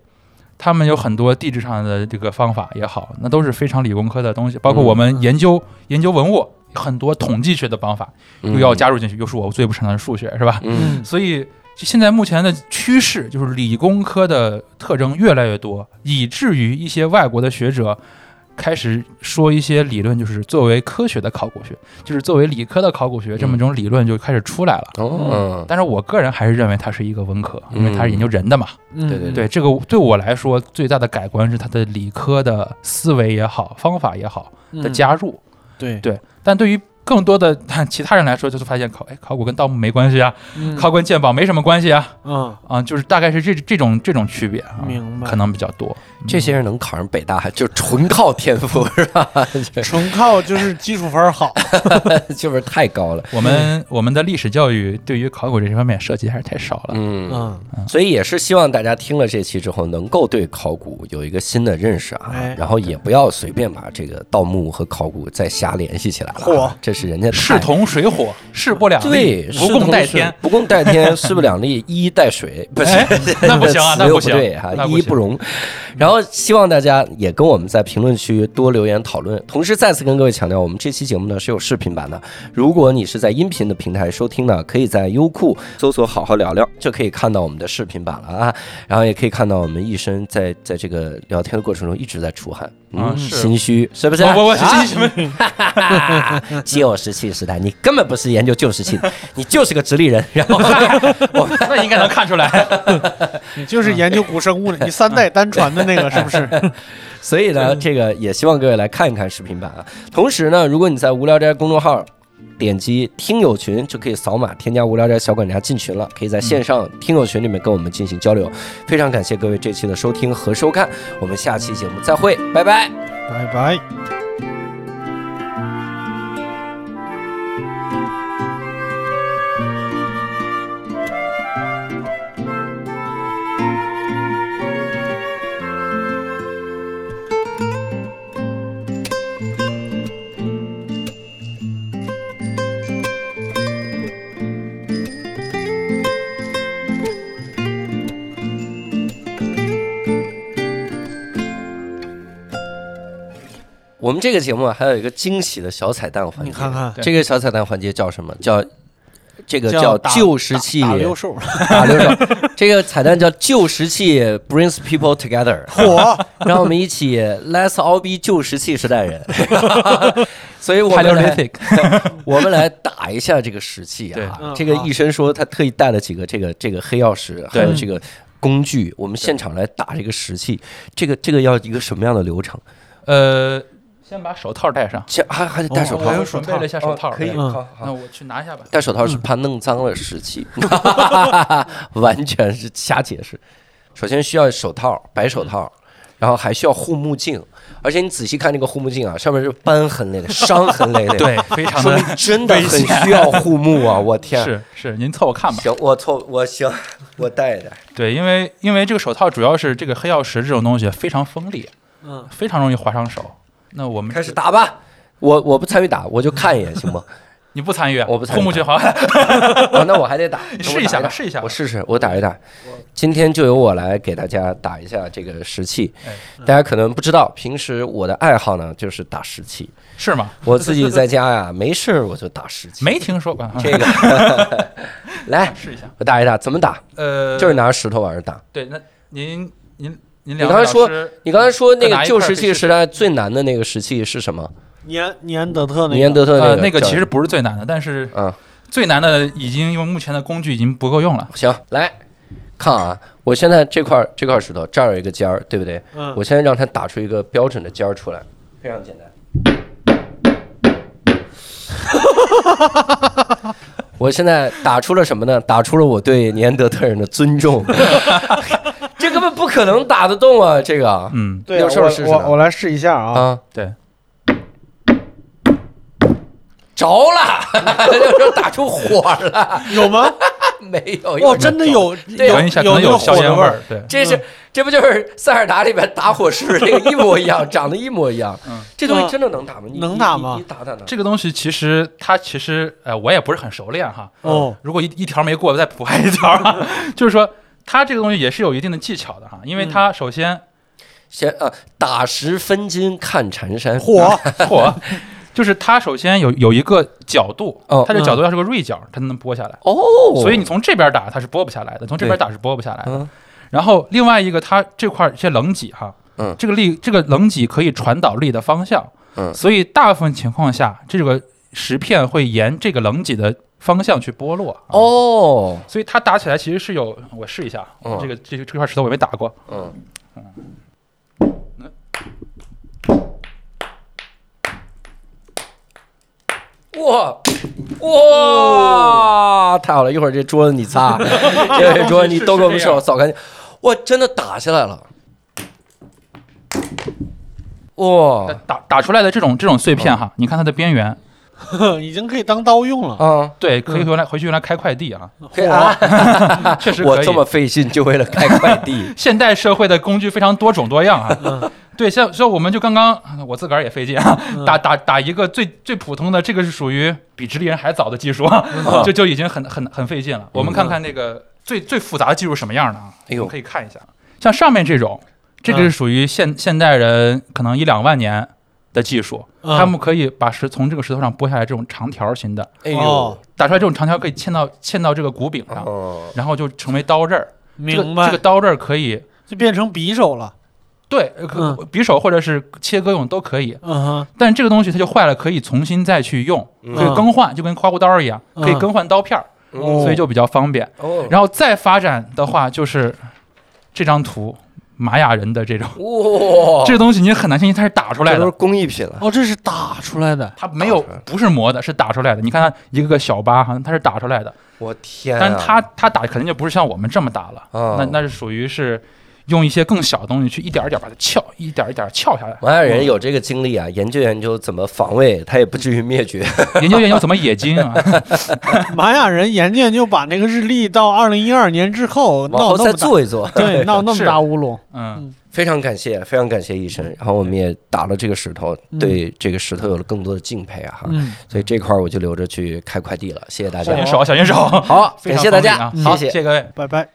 他们有很多地质上的这个方法也好，那都是非常理工科的东西。包
嗯
括我们研究、研究文物，很多统计学的方法又要加入进去，又是我最不擅长的数学，是吧？
嗯，
所以现在目前的趋势就是理工科的特征越来越多，以至于一些外国的学者。开始说一些理论，就是作为科学的考古学，就是作为理科的考古学这
嗯
么一种理论就开始出来了。
嗯，哦，
但是我个人还是认为它是一个文科，因为它是研究人的嘛。
嗯
对对
对这个对我来说最大的改观是它的理科的思维也好，方法也好的
嗯
加入。
对
对但对于更多的 其他人来说，就是发现考哎考古跟盗墓没关系啊，
嗯
考古跟鉴宝没什么关系啊
嗯，
啊，就是大概是这这种这种区别啊，
明白
可能比较多。
这些人能考上北大，还就纯靠天赋是吧？
纯靠就是基础分儿 好，
就是太高了。
我们我们的历史教育对于考古这方面涉及还是太少了。
嗯，
嗯，
所以也是希望大家听了这期之后，能够对考古有一个新的认识啊
哎，
然后也不要随便把这个盗墓和考古再瞎联系起来了啊
嚯，
这是人家
势
太
同水火，势不两立
对，，
不
是
共
同
戴
是
天。，
不共戴天，势不两立，一衣带水，不是
哎，那不 行啊那
此有
不行
对哈，
那不
一衣不
行
容。然后希望大家也跟我们在评论区多留言讨论。同时再次跟各位强调，我们这期节目呢是有视频版的。如果你是在音频的平台收听呢，可以在优酷搜索“好好聊聊”，就可以看到我们的视频版了啊。然后也可以看到我们一身在在这个聊天的过程中一直在出汗，
啊
嗯，
是
心虚是不是？
我我我，
啊
行行行
哈 哈，旧石器时代，你根本不是研究旧 石器的，你就是个直立人。 然后我们
那应该能看 出来。
你就是研究古生物的，你三代单传的那个是不是？
所以
嗯
呢，这个也希望各位来看一看视频版啊。同时呢，如果你在无聊斋公众号。点击听友群就可以扫码添加无聊斋小管家进群了，可以在线上听友群里面跟我们进行交流。非常感谢各位这期的收听和收看，我们下期节目再会，拜拜。
拜拜。
我们这个节目啊还有一个惊喜的小彩蛋环节，
你看看，
对
这个小彩蛋环节叫什么？叫这个
叫
叫
打
旧石器
打六兽，
打六手， 这个彩蛋叫“旧石器 brings people together”，
火，
让我们一起 “Let's all be 旧石器时代 人” 。所以我们来
Paleolithic，
我们来打一下这个石器
对
啊
嗯。
这个医生说他特意带了几个这个这个黑曜石，还有
对
这个工具，我们现场来打这个石器。这个这个要一个什么样的流程？
呃，先把手套戴上，
这还还得戴手
我
套
哦。
还
有
有
手
准
套
备了一下手套，
哦可以，
对
嗯
好好
那。我去拿一 下吧。
戴手套是怕弄脏了石器， 完全是瞎解释。首先需要手套，白
嗯
手套，然后还需要护目镜，而且你仔细看这个护目镜啊，上面是斑痕累累、伤痕累累，，
对，非常
说
的
明真的很需要护目啊！ 我天，
是是，您凑合看吧。
行，我凑，我行，我带一点。
对，因为因为这个手套主要是这个黑曜石这种东西非常锋利，
嗯，
非常容易划伤手。那我们
开始，打吧，我我不参与打，我就看一眼 行吗？
你不参与，
我不参与
护目镜好像
哦，那我还得打，
你试一下
那
吧
我打
试一下吧
我试试，我打一打。今天就由我来给大家打一下这个石器
哎。
大家可能不知道，平时我的爱好呢就是打石器。
是吗？
我自己在家呀， 没事儿我就打石器。
没听说过，啊
这个， 来，
试一下。
我打一打，怎么打？
呃，
就是拿石头往上打。
对，那您您您
你
两
刚
位
才
老
说
师，
你刚才说那
各
个
拿一
旧
块儿
石
可以
器
试
时代最难的那个石器是什么？
尼安尼安德特那个，
尼安德特那
呃
个叫？
那个其实不是最难的，但是
嗯，
最难的已经用目前的工具已经不够用了。
行，来看啊，我现在这块儿这块石头这儿有一个尖儿，对不对？
嗯
我现在让它打出一个标准的尖儿出来，非常简 单。 我现在打出了什么呢？打出了我对尼安德特人的尊重。这根本不可能打得动啊！这个
嗯，
对，
六兽
我
试试呢
我我来试一下啊，
啊，
对，
着了， 六兽打出火了，
有吗？
没有？
哇，真的有
对
有
有印象可能
那个
硝
火的
烟
味
儿
儿，，
对，
这是
嗯
这不就是塞尔达里边打火石那个一模一样，长得一模一样
嗯。
这东西
啊
真的能打吗？你
能
你
打
你
吗
你打打打。
这个东西其实它其实呃，我也不是很熟练哈。
哦，
如果一一条没过，我再补拍一条 啊。就是说，它这个东西也是有一定的技巧的哈，因为
嗯
它首先
先啊，打十分金看缠山。
火，
嚯， 就是它首先有有一个角度
哦，
它这角度要是个锐角，它能拨下来。
哦，
所以你从这边打它是拨不下来的，从这边打是拨不下来的。
嗯
然后另外一个，它这块儿这棱脊哈，
嗯
这个力这个棱脊可以传导力的方向，
嗯
所以大部分情况下，这个石片会沿这个棱脊的方向去剥落。啊，
哦，
所以它打起来其实是有，我试一下，
嗯
这个这个这块石头我没打过，
嗯，哇哇！太好了，一会儿这桌子你擦，这桌子你都给我们手扫干净。哇，真的打下来了！哇
打打出来的这种这种碎片
嗯
哈，你看它的边缘，
已经可以当刀用了。
啊！
对，可以回来回去用来开快递啊，
可以啊！
确实可以。，
我这么费心就为了开快递
现代社会的工具非常多种多样啊
嗯。
对，像像我们就刚刚我自个儿也费劲啊，
嗯
打打打一个最最普通的，这个是属于比直立人还早的技术啊，
嗯
啊
就就已经很很很费劲了。我们看看那个最最复杂的技术什么样的啊？
哎呦
我们可以看一下，像上面这种，
嗯
这个是属于现现代人可能一两万年的技术，
嗯
他们可以把石从这个石头上剥下来这种长条型的，
哎呦
哦，
打出来这种长条可以嵌到嵌到这个骨柄上，
哦，
然后就成为刀刃儿。这个
明
这个
白，
刀刃儿可以。
就变成匕首了。
对，呃
嗯
可匕首或者是切割用都可以，
嗯哼，
但是这个东西它就坏了，可以重新再去用，
嗯
可以更换，就跟刮胡刀一样，可以
嗯
更换刀片儿，
哦
所以就比较方便。
哦，
然后再发展的话，就是这张图，玛雅人的这种，
哇，
这个东西你很难相信它是打出来
这哦都是
的，
工艺品了。
哦，这是打出来的。
它没
打
有
出来
不是磨的，是打出来的。你看它一个个小疤，好像它是打出来的，
我天啊！
但是它它打肯定就不是像我们这么打了，
啊
那那是属于是用一些更小的东西去一点儿一点儿把它撬，一点儿一点儿撬下来。
玛雅人有这个经历啊，研究研究怎么防卫，他也不至于灭绝。
研究研究怎么冶金啊。
玛雅人研究就把那个日历到二零一二年之后
往
闹
后
那
再
么大，
做一做。
对，闹那么大乌龙。
嗯，
非常感谢，非常感谢医生。然后我们也打了这个石头，
嗯
对这个石头有了更多的敬佩啊哈。
嗯，
所以这块儿我就留着去开快递了，谢谢大
小
家
心。手，小心手。
好，
非
感
常
谢大
方便
家
啊，
谢
好，
谢
谢。谢各位。
拜拜。